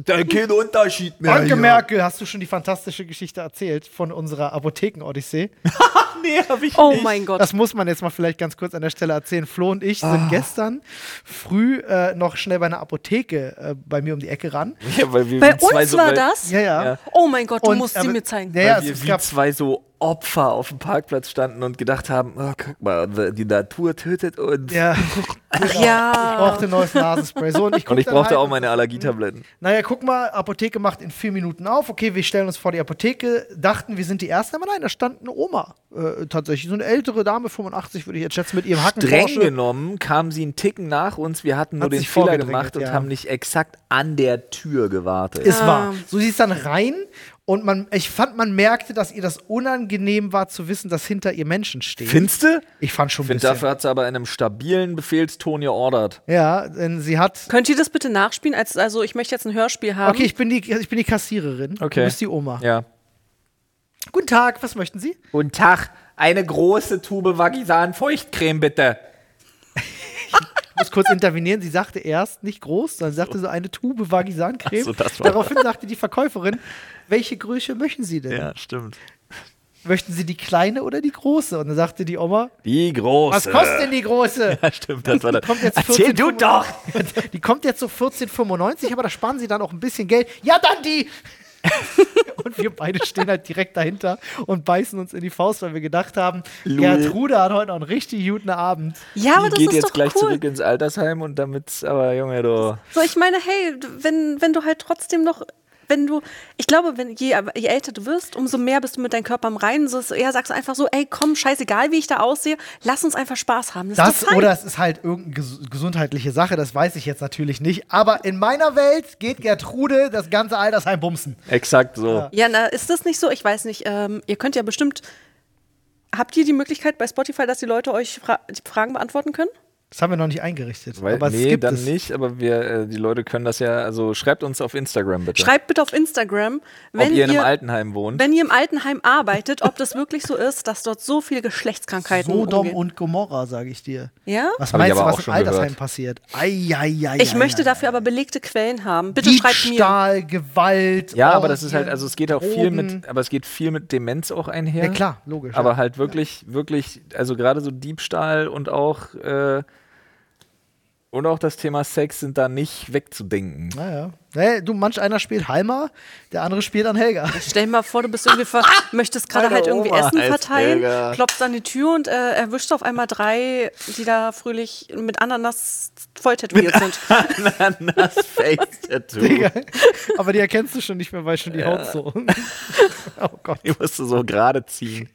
Da kein Unterschied mehr.
Danke, Merkel, hast du schon die fantastische Geschichte erzählt von unserer Apotheken-Odyssee?
Nee, hab ich
Oh mein Gott.
Das muss man jetzt mal vielleicht ganz kurz an der Stelle erzählen. Flo und ich
Ah.
sind gestern früh äh, noch schnell bei einer Apotheke äh, bei mir um die Ecke ran.
nicht. Ja, weil wir
Bei
wie zwei
uns
so,
war
weil,
das?
Ja, ja.
Ja.
Oh mein Gott, du
Und-
musst sie
aber-
mir zeigen.
Ja,
Weil
ja, es,
wir
es
wie
gab
zwei so Opfer auf dem Parkplatz standen und gedacht haben, oh, guck mal, the- die Natur tötet uns.
Ja.
Ach ja.
Ich brauchte neues Nasenspray. So, und ich, guck
Und ich
dann
brauchte
halt,
auch meine Allergietabletten.
Naja, guck mal, Apotheke macht in vier Minuten auf. Okay, wir stellen uns vor die Apotheke. Dachten, wir sind die Ersten, aber nein, da stand eine Oma. Äh, tatsächlich, so eine ältere Dame, 85 würde ich jetzt schätzen, mit ihrem Hacken.
Streng genommen kamen sie einen Ticken nach uns. Wir hatten nur
Hat
den
sich
Fehler
vorgedrängelt,
gemacht und
ja.
haben nicht exakt an der Tür gewartet.
Ist wahr. So sie ist dann rein und man, ich fand, man merkte, dass ihr das unangenehm war zu wissen, dass hinter ihr Menschen stehen.
Findste?
ich fand schon ein
Find,
bisschen.
dafür hat sie aber in einem stabilen Befehlston geordert.
Ja, denn sie hat.
Könnt ihr das bitte nachspielen? Als, also, ich möchte jetzt ein Hörspiel haben.
Okay, ich bin die, ich bin die Kassiererin.
Okay.
Du bist die Oma.
Ja.
Guten Tag, was möchten Sie?
Guten Tag, eine große Tube Vagisan-Feuchtcreme bitte.
Ich muss kurz intervenieren. Sie sagte erst nicht groß, sondern sagte so eine Tube Vagisancreme.
Ach so, das war-
Daraufhin sagte die Verkäuferin, welche Größe möchten Sie denn?
stimmt.
Möchten Sie die kleine oder die große? Und dann sagte die Oma,
Die große.
was kostet denn die große?
Ja, stimmt, das war das.
Kommt jetzt
Erzähl du
14,95.
doch!
Die kommt jetzt so 14,95, aber da sparen sie dann auch ein bisschen Geld. Ja, dann die! und wir beide stehen halt direkt dahinter und beißen uns in die Faust, weil wir gedacht haben,
Lul.
Gertrude hat heute noch einen richtig guten Abend.
ja, aber
die
das
geht
ist
jetzt
doch
gleich
cool.
zurück ins Altersheim und damit, aber Junge, du.
So, ich meine, hey, d- wenn, wenn du halt trotzdem noch, wenn du, ich glaube, wenn je, je älter du wirst, umso mehr bist du mit deinem Körper im Reinen. So, so eher sagst du einfach so, ey, komm, scheißegal, wie ich da aussehe, lass uns einfach Spaß haben. Das, ist
Das
doch fein.
oder es ist halt irgendeine ges gesundheitliche Sache, das weiß ich jetzt natürlich nicht. Aber in meiner Welt geht Gertrude das ganze Altersheim bumsen.
Exakt so.
Ja, na, ist das nicht so? Ich weiß nicht. Ähm, ihr könnt ja bestimmt. Habt ihr die Möglichkeit bei Spotify, dass die Leute euch fra die Fragen beantworten können?
Das haben wir noch nicht eingerichtet.
Weil,
aber es
nee,
gibt
dann
es.
nicht, aber wir, äh, die Leute können das ja, also schreibt uns auf Instagram bitte.
Schreibt bitte auf Instagram,
ob
wenn
ihr
ihr,
in einem Altenheim wohnt.
wenn ihr im Altenheim arbeitet, ob das wirklich so ist, dass dort so viele Geschlechtskrankheiten
Sodom
rumgehen.
und Gomorra, sage ich dir.
Ja?
Was
Hab ich
meinst du,
aber
was
auch
im
schon
Altersheim
gehört.
passiert? Eieiei.
Ich möchte dafür aber belegte Quellen haben. Bitte schreibt mir.
Diebstahl, Gewalt.
Ja, aber das ist halt, also es geht auch viel
Oh, Drogen.
mit, aber es geht viel mit Demenz auch einher.
Ja, klar, logisch,
Aber
ja.
halt wirklich, wirklich, also gerade so Diebstahl und auch äh, und auch das Thema Sex sind da nicht wegzudenken.
Naja. Hey, du, manch einer spielt Halma, der andere spielt an Helga.
Stell dir mal vor, du bist irgendwie ver möchtest gerade
Meine
halt irgendwie
Oma
Essen
heißt
verteilen,
Helga.
klopfst an die Tür und äh, erwischst auf einmal drei, die da fröhlich mit Ananas voll tätowiert sind.
Ananas Face Tattoo.
aber die erkennst du schon nicht mehr, weil schon die Haut so. oh Gott.
Die musst du so gerade ziehen.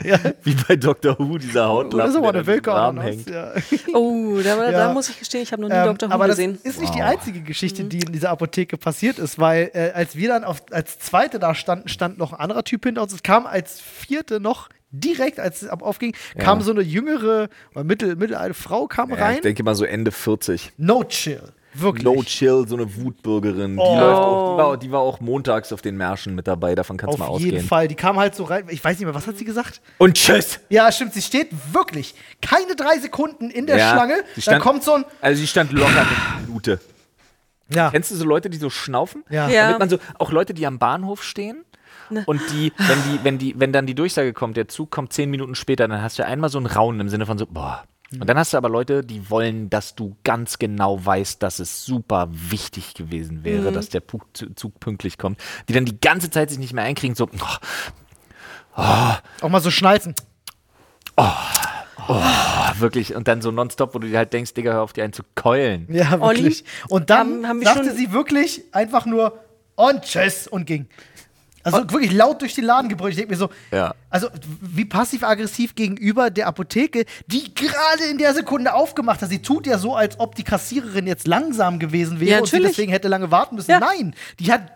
Wie bei Dr. Who, dieser
Das
Hautlappen,
ist aber eine
der
wilke
da am Arm
Ananas,
hängt.
ja.
Oh,
Ja.
da, da muss ich gestehen, ich habe noch nie
Ähm,
Dr. Who
aber das
gesehen. Mhm.
ist nicht die einzige Geschichte, die in dieser Apotheke passiert ist, weil äh, als wir dann auf, als Zweite da standen, stand noch ein anderer Typ hinter uns. Es kam als Vierte noch direkt, als es ab- aufging, kam so eine jüngere, oder mittel, mittelalte Frau kam
Ja, ich
rein.
denke mal so Ende 40.
No chill. Wirklich.
No Chill, so eine Wutbürgerin.
Oh.
Die, läuft auch, die, war, die war auch montags auf den Märschen mit dabei, davon
Auf
kannst du mal
jeden
ausgehen.
Fall. Die kam halt so rein. Ich weiß nicht mehr, was hat sie gesagt?
Und tschüss!
Ja, stimmt. Sie steht wirklich keine drei Sekunden in der
Ja,
Schlange.
die
Dann
stand-
kommt so ein. Ah.
Also sie stand locker eine Minute.
Ja.
Kennst du so Leute, die so schnaufen?
Ja.
Ja.
Damit man so, auch Leute, die am Bahnhof stehen Und die, wenn die, wenn die, wenn dann die Durchsage kommt, der Zug kommt zehn Minuten später, dann hast du einmal so ein Raunen im Sinne von so, boah. Und dann hast du aber Leute, die wollen, dass du ganz genau weißt, dass es super wichtig gewesen wäre, dass der Pu Zu- Zug pünktlich kommt, die dann die ganze Zeit sich nicht mehr einkriegen, so, oh,
Auch mal so schnalzen.
Ah, wirklich. Und dann so nonstop, wo du dir halt denkst, Digga, hör auf, dir einen zu keulen.
Ja,
Olli, ähm,
wirklich. und dann
haben- haben wir
sagte
schon-
sie wirklich einfach nur und tschüss und ging. Also wirklich laut durch den Laden gebrüllt. Ich denke mir so,
Ja.
also wie passiv-aggressiv gegenüber der Apotheke, die gerade in der Sekunde aufgemacht hat. Sie tut ja so, als ob die Kassiererin jetzt langsam gewesen wäre
Ja,
und sie
natürlich.
deswegen hätte lange warten müssen.
Ja.
Nein, die hat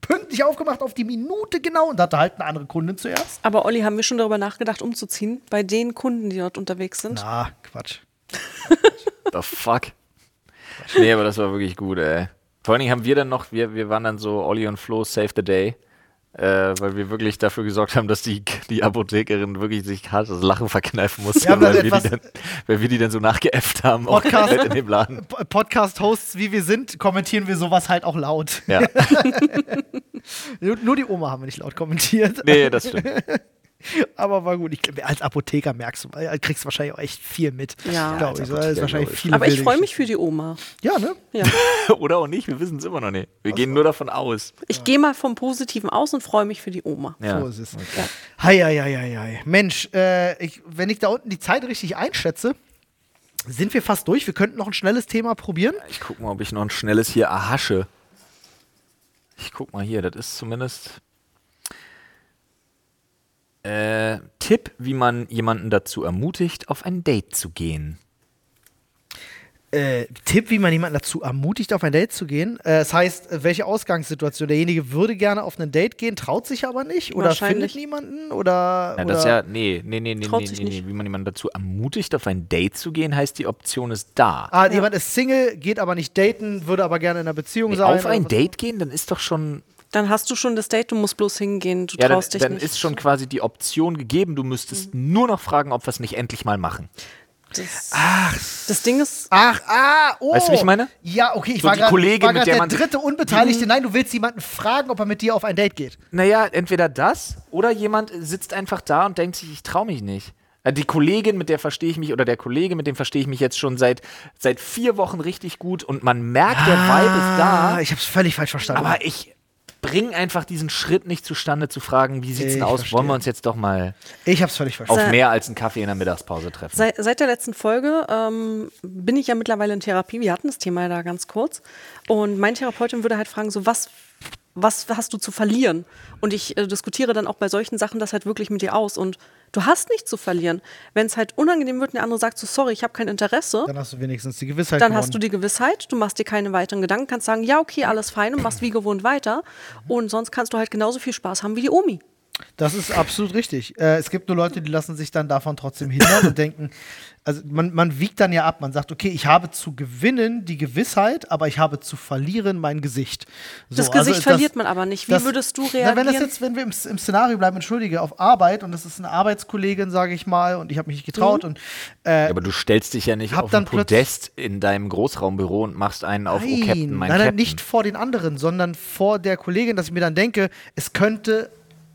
pünktlich aufgemacht auf die Minute genau und hatte halt eine andere Kundin zuerst.
Aber Olli, haben wir schon darüber nachgedacht, umzuziehen bei den Kunden, die dort unterwegs sind?
Na, Quatsch.
The fuck? Nee, aber das war wirklich gut, ey. Vor allen Dingen haben wir dann noch, wir, wir waren dann so Olli und Flo Save the Day, äh, weil wir wirklich dafür gesorgt haben, dass die, die Apothekerin wirklich sich hart das Lachen verkneifen musste,
Ja, aber
weil, wir
etwas-
die dann, weil wir die dann so nachgeäfft haben, auch
Podcast.
komplett in dem Laden.
P- Podcast-Hosts, wie wir sind, kommentieren wir sowas halt auch laut.
Ja,
Nur, nur die Oma haben wir nicht laut kommentiert.
nee, das stimmt.
Aber war gut. Ich, glaub, als Apotheker merkst du, äh, kriegst wahrscheinlich auch echt viel mit.
Ja.
glaub
Ja, als
ich. Da ist
Apotheker,
wahrscheinlich
glaub ich.
viele
Aber ich
wilde
freue mich für die Oma.
Geschichten. Ja, ne?
Ja.
Oder auch nicht, wir wissen es immer noch nicht. Wir gehen nur davon aus.
Ich gehe mal vom Positiven aus und freue mich für die Oma.
Ja.
So ist es. Hei, hei, hei, hei, hei. Mensch, äh, ich, wenn ich da unten die Zeit richtig einschätze, sind wir fast durch. Wir könnten noch ein schnelles Thema probieren.
Ich guck mal, ob ich noch ein schnelles hier erhasche. Ich guck mal hier, das ist zumindest. Äh, Tipp, wie man jemanden dazu ermutigt, auf ein Date zu gehen.
Äh, Tipp, wie man jemanden dazu ermutigt, auf ein Date zu gehen. Äh, das heißt, äh, welche Ausgangssituation? Derjenige würde gerne auf ein Date gehen, traut sich aber nicht oder
Wahrscheinlich.
findet niemanden oder.
Ja,
oder
das ist ja, nee, nee, nee, nee,
Traut
nee,
sich
nee, nee.
nicht.
Wie man jemanden dazu ermutigt, auf ein Date zu gehen, heißt, die Option ist da.
ah, jemand ist Single, geht aber nicht daten, würde aber gerne in einer Beziehung
Nee,
sein.
auf
oder
ein
was-
Date gehen, dann ist doch schon.
Dann hast du schon das Date, du musst bloß hingehen, du
Ja, dann,
traust dich
dann
nicht. Mhm.
ist schon quasi die Option gegeben, du müsstest nur noch fragen, ob wir es nicht endlich mal machen.
das, das Ding ist,
Ach, ah, oh.
Weißt du, wie ich meine?
Ja, okay, ich
So
war
die
gerade
Kollegin,
war
mit
grad
der
der
man sich-
dritte Unbeteiligte.
Mhm.
Nein, du willst jemanden fragen, ob er mit dir auf ein Date geht.
Naja, entweder das oder jemand sitzt einfach da und denkt sich, ich traue mich nicht. Äh, Die Kollegin, mit der verstehe ich mich, oder der Kollege, mit dem verstehe ich mich jetzt schon seit, seit vier Wochen richtig gut und man merkt, der Vibe ist da,
ich hab's völlig falsch verstanden.
Ah. aber ich bringe einfach diesen Schritt nicht zustande zu fragen, wie sieht's denn
Ich
aus, wollen
verstehe.
wir uns jetzt doch mal
ich hab's völlig verstanden.
auf mehr als einen Kaffee in der Mittagspause treffen.
seit, seit der letzten Folge ähm, bin ich ja mittlerweile in Therapie. Wir hatten das Thema da ganz kurz. Und mein Therapeutin würde halt fragen, so was, was hast du zu verlieren? Und ich äh, diskutiere dann auch bei solchen Sachen das halt wirklich mit dir aus. Und du hast nichts zu verlieren. Wenn es halt unangenehm wird und der andere sagt so, sorry, ich habe kein Interesse,
Dann hast du wenigstens die Gewissheit.
Dann hast du die Gewissheit, du machst dir keine weiteren Gedanken, kannst sagen, ja, okay, alles fein und machst wie gewohnt weiter. Und sonst kannst du halt genauso viel Spaß haben wie die Omi.
Das ist absolut richtig. Äh, es gibt nur Leute, die lassen sich dann davon trotzdem hindern und denken, also man, man wiegt dann ja ab. Man sagt, okay, ich habe zu gewinnen die Gewissheit, aber ich habe zu verlieren mein Gesicht. So,
Das
also
Gesicht verliert man aber nicht. Wie
das-
würdest du
Na, wenn das
reagieren?
jetzt, wenn wir im, S- im Szenario bleiben, entschuldige, auf Arbeit und das ist eine Arbeitskollegin, sage ich mal, und ich habe mich nicht getraut
Mhm.
und äh,
Aber du stellst dich ja nicht
Hab
auf
dann
ein
plötz-
Podest in deinem Großraumbüro und machst einen auf oh Captain, mein
nein, nein,
Captain.
nicht vor den anderen, sondern vor der Kollegin, dass ich mir dann denke, es könnte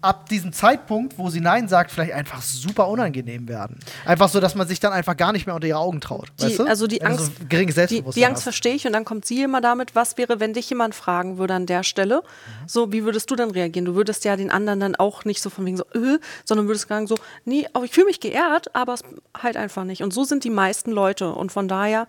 ab diesem Zeitpunkt, wo sie Nein sagt, vielleicht einfach super unangenehm werden. Einfach so, dass man sich dann einfach gar nicht mehr unter ihre Augen traut.
Die,
weißt du?
Also die
Wenn du
Angst,
so geringes
die,
Selbstbewusstsein
die Angst
hast.
verstehe ich und dann kommt sie immer damit, was wäre, wenn dich jemand fragen würde an der Stelle.
Mhm.
So, wie würdest du dann reagieren? Du würdest ja den anderen dann auch nicht so von wegen so, äh, sondern würdest sagen so, nee, aber ich fühle mich geehrt, aber es halt einfach nicht. Und so sind die meisten Leute und von daher,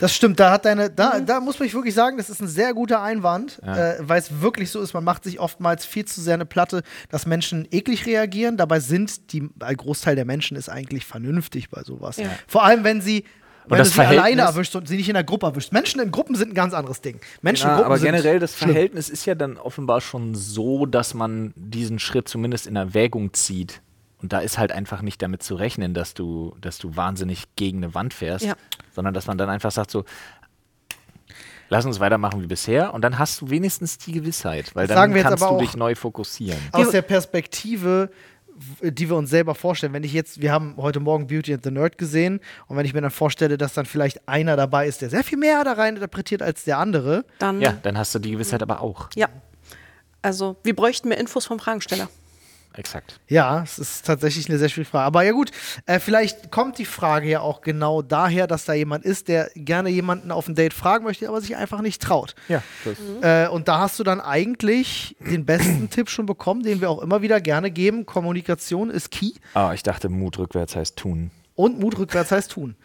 Das stimmt, da hat deine, da, da muss man wirklich sagen, das ist ein sehr guter Einwand, äh, weil es wirklich so ist, man macht sich oftmals viel zu sehr eine Platte, dass Menschen eklig reagieren. Dabei sind die, ein Großteil der Menschen ist eigentlich vernünftig bei sowas.
Ja.
Vor allem, wenn sie. Wenn
das
du sie alleine
Verhältnis-
erwischst und sie nicht in der Gruppe erwischst. Menschen in Gruppen sind ein ganz anderes Ding. Menschen in
Ja,
Gruppen
aber
sind
generell das
schlimm.
Verhältnis ist ja dann offenbar schon so, dass man diesen Schritt zumindest in Erwägung zieht. Und da ist halt einfach nicht damit zu rechnen, dass du, dass du wahnsinnig gegen eine Wand fährst,
Ja.
sondern dass man dann einfach sagt so, lass uns weitermachen wie bisher und dann hast du wenigstens die Gewissheit, weil dann
Sagen wir jetzt
kannst
aber
du
auch-
dich neu fokussieren.
aus der Perspektive, w- die wir uns selber vorstellen. Wenn ich jetzt, wir haben heute Morgen Beauty and the Nerd gesehen und wenn ich mir dann vorstelle, dass dann vielleicht einer dabei ist, der sehr viel mehr da rein interpretiert als der andere,
dann
Ja, dann hast du die Gewissheit aber auch.
Ja. Also wir bräuchten mehr Infos vom Fragensteller.
Exakt.
Ja, es ist tatsächlich eine sehr schwierige Frage. Aber ja gut, äh, vielleicht kommt die Frage ja auch genau daher, dass da jemand ist, der gerne jemanden auf ein Date fragen möchte, aber sich einfach nicht traut.
Ja,
Äh, und da hast du dann eigentlich den besten Tipp schon bekommen, den wir auch immer wieder gerne geben. Kommunikation ist key
Ah, ich dachte, Mut rückwärts heißt tun.
und Mut rückwärts heißt tun.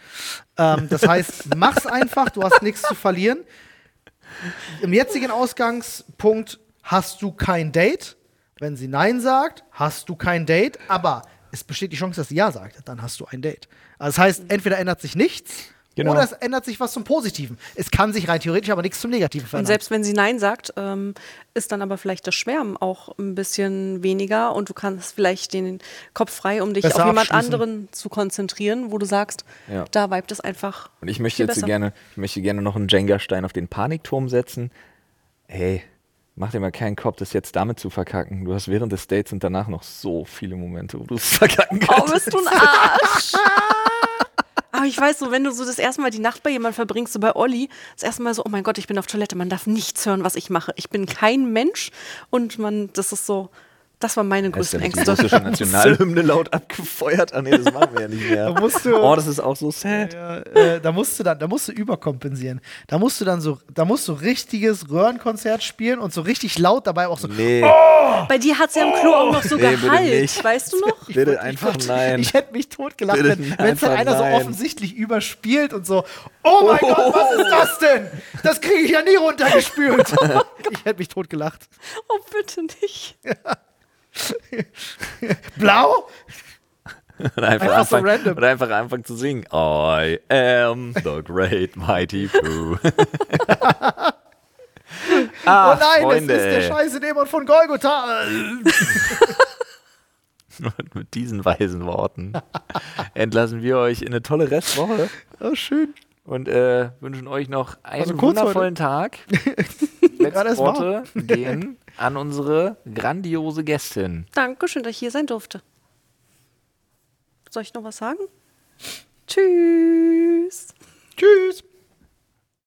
Ähm, das heißt, mach's einfach, du hast nichts zu verlieren. Im jetzigen Ausgangspunkt hast du kein Date. Wenn sie Nein sagt, hast du kein Date, aber es besteht die Chance, dass sie Ja sagt, dann hast du ein Date. Also das heißt, entweder ändert sich nichts
Genau.
oder es ändert sich was zum Positiven. Es kann sich rein theoretisch aber nichts zum Negativen
Und
Genau.
verändern.
selbst wenn sie Nein sagt, ähm, ist dann aber vielleicht das Schwärmen auch ein bisschen weniger und du kannst vielleicht den Kopf frei, um dich
Besser
auf jemand
abschließen.
anderen zu konzentrieren, wo du sagst,
Ja.
da weibt es einfach.
Und ich möchte
viel
jetzt
besser.
hier gerne, ich möchte gerne noch einen Jenga-Stein auf den Panikturm setzen. Hey, mach dir mal keinen Kopf, das jetzt damit zu verkacken. Du hast während des Dates und danach noch so viele Momente, wo du es verkacken
Oh,
kannst.
bist du ein Arsch! Aber ich weiß so, wenn du so das erste Mal die Nacht bei jemandem verbringst, so bei Olli, das erste Mal so, oh mein Gott, ich bin auf Toilette, man darf nichts hören, was ich mache. Ich bin kein Mensch und man, das ist so, das waren meine
Hast
größten
du nicht
Ängste.
die russische Nationalhymne laut abgefeuert? Ah, nee, das machen wir ja nicht mehr.
Da musst du-
oh, das ist auch so sad.
Ja, äh, da musst du dann, da musst du überkompensieren. Da musst du dann so, da musst du richtiges Röhrenkonzert spielen und so richtig laut dabei auch so.
Nee,
Bei dir hat es ja im Klo auch noch so
Nee, bitte
gehallt,
nicht.
weißt du noch?
bitte einfach nein.
Ich hätte mich totgelacht,
Bitte
wenn es dann
einfach
einer so
nein.
offensichtlich überspielt und so, oh mein Gott, was ist das denn? Das kriege ich ja nie runtergespült. ich hätte mich totgelacht.
Oh, bitte nicht.
Blau?
Oder einfach,
Einfach so
anfangen,
random.
Oder einfach anfangen zu singen. I am the great mighty Pooh.
oh nein,
Ah, Freunde,
es ist der
ey.
scheiße Dämon von Golgotha.
Und mit diesen weisen Worten entlassen wir euch in eine tolle Restwoche
Oh, schön.
und äh, wünschen euch noch einen
Also kurz
wundervollen Tag.
Gerade
Letzte
erst war.
Worte gehen an unsere grandiose Gästin.
Dankeschön, dass ich hier sein durfte. Soll ich noch was sagen? Tschüss.
Tschüss.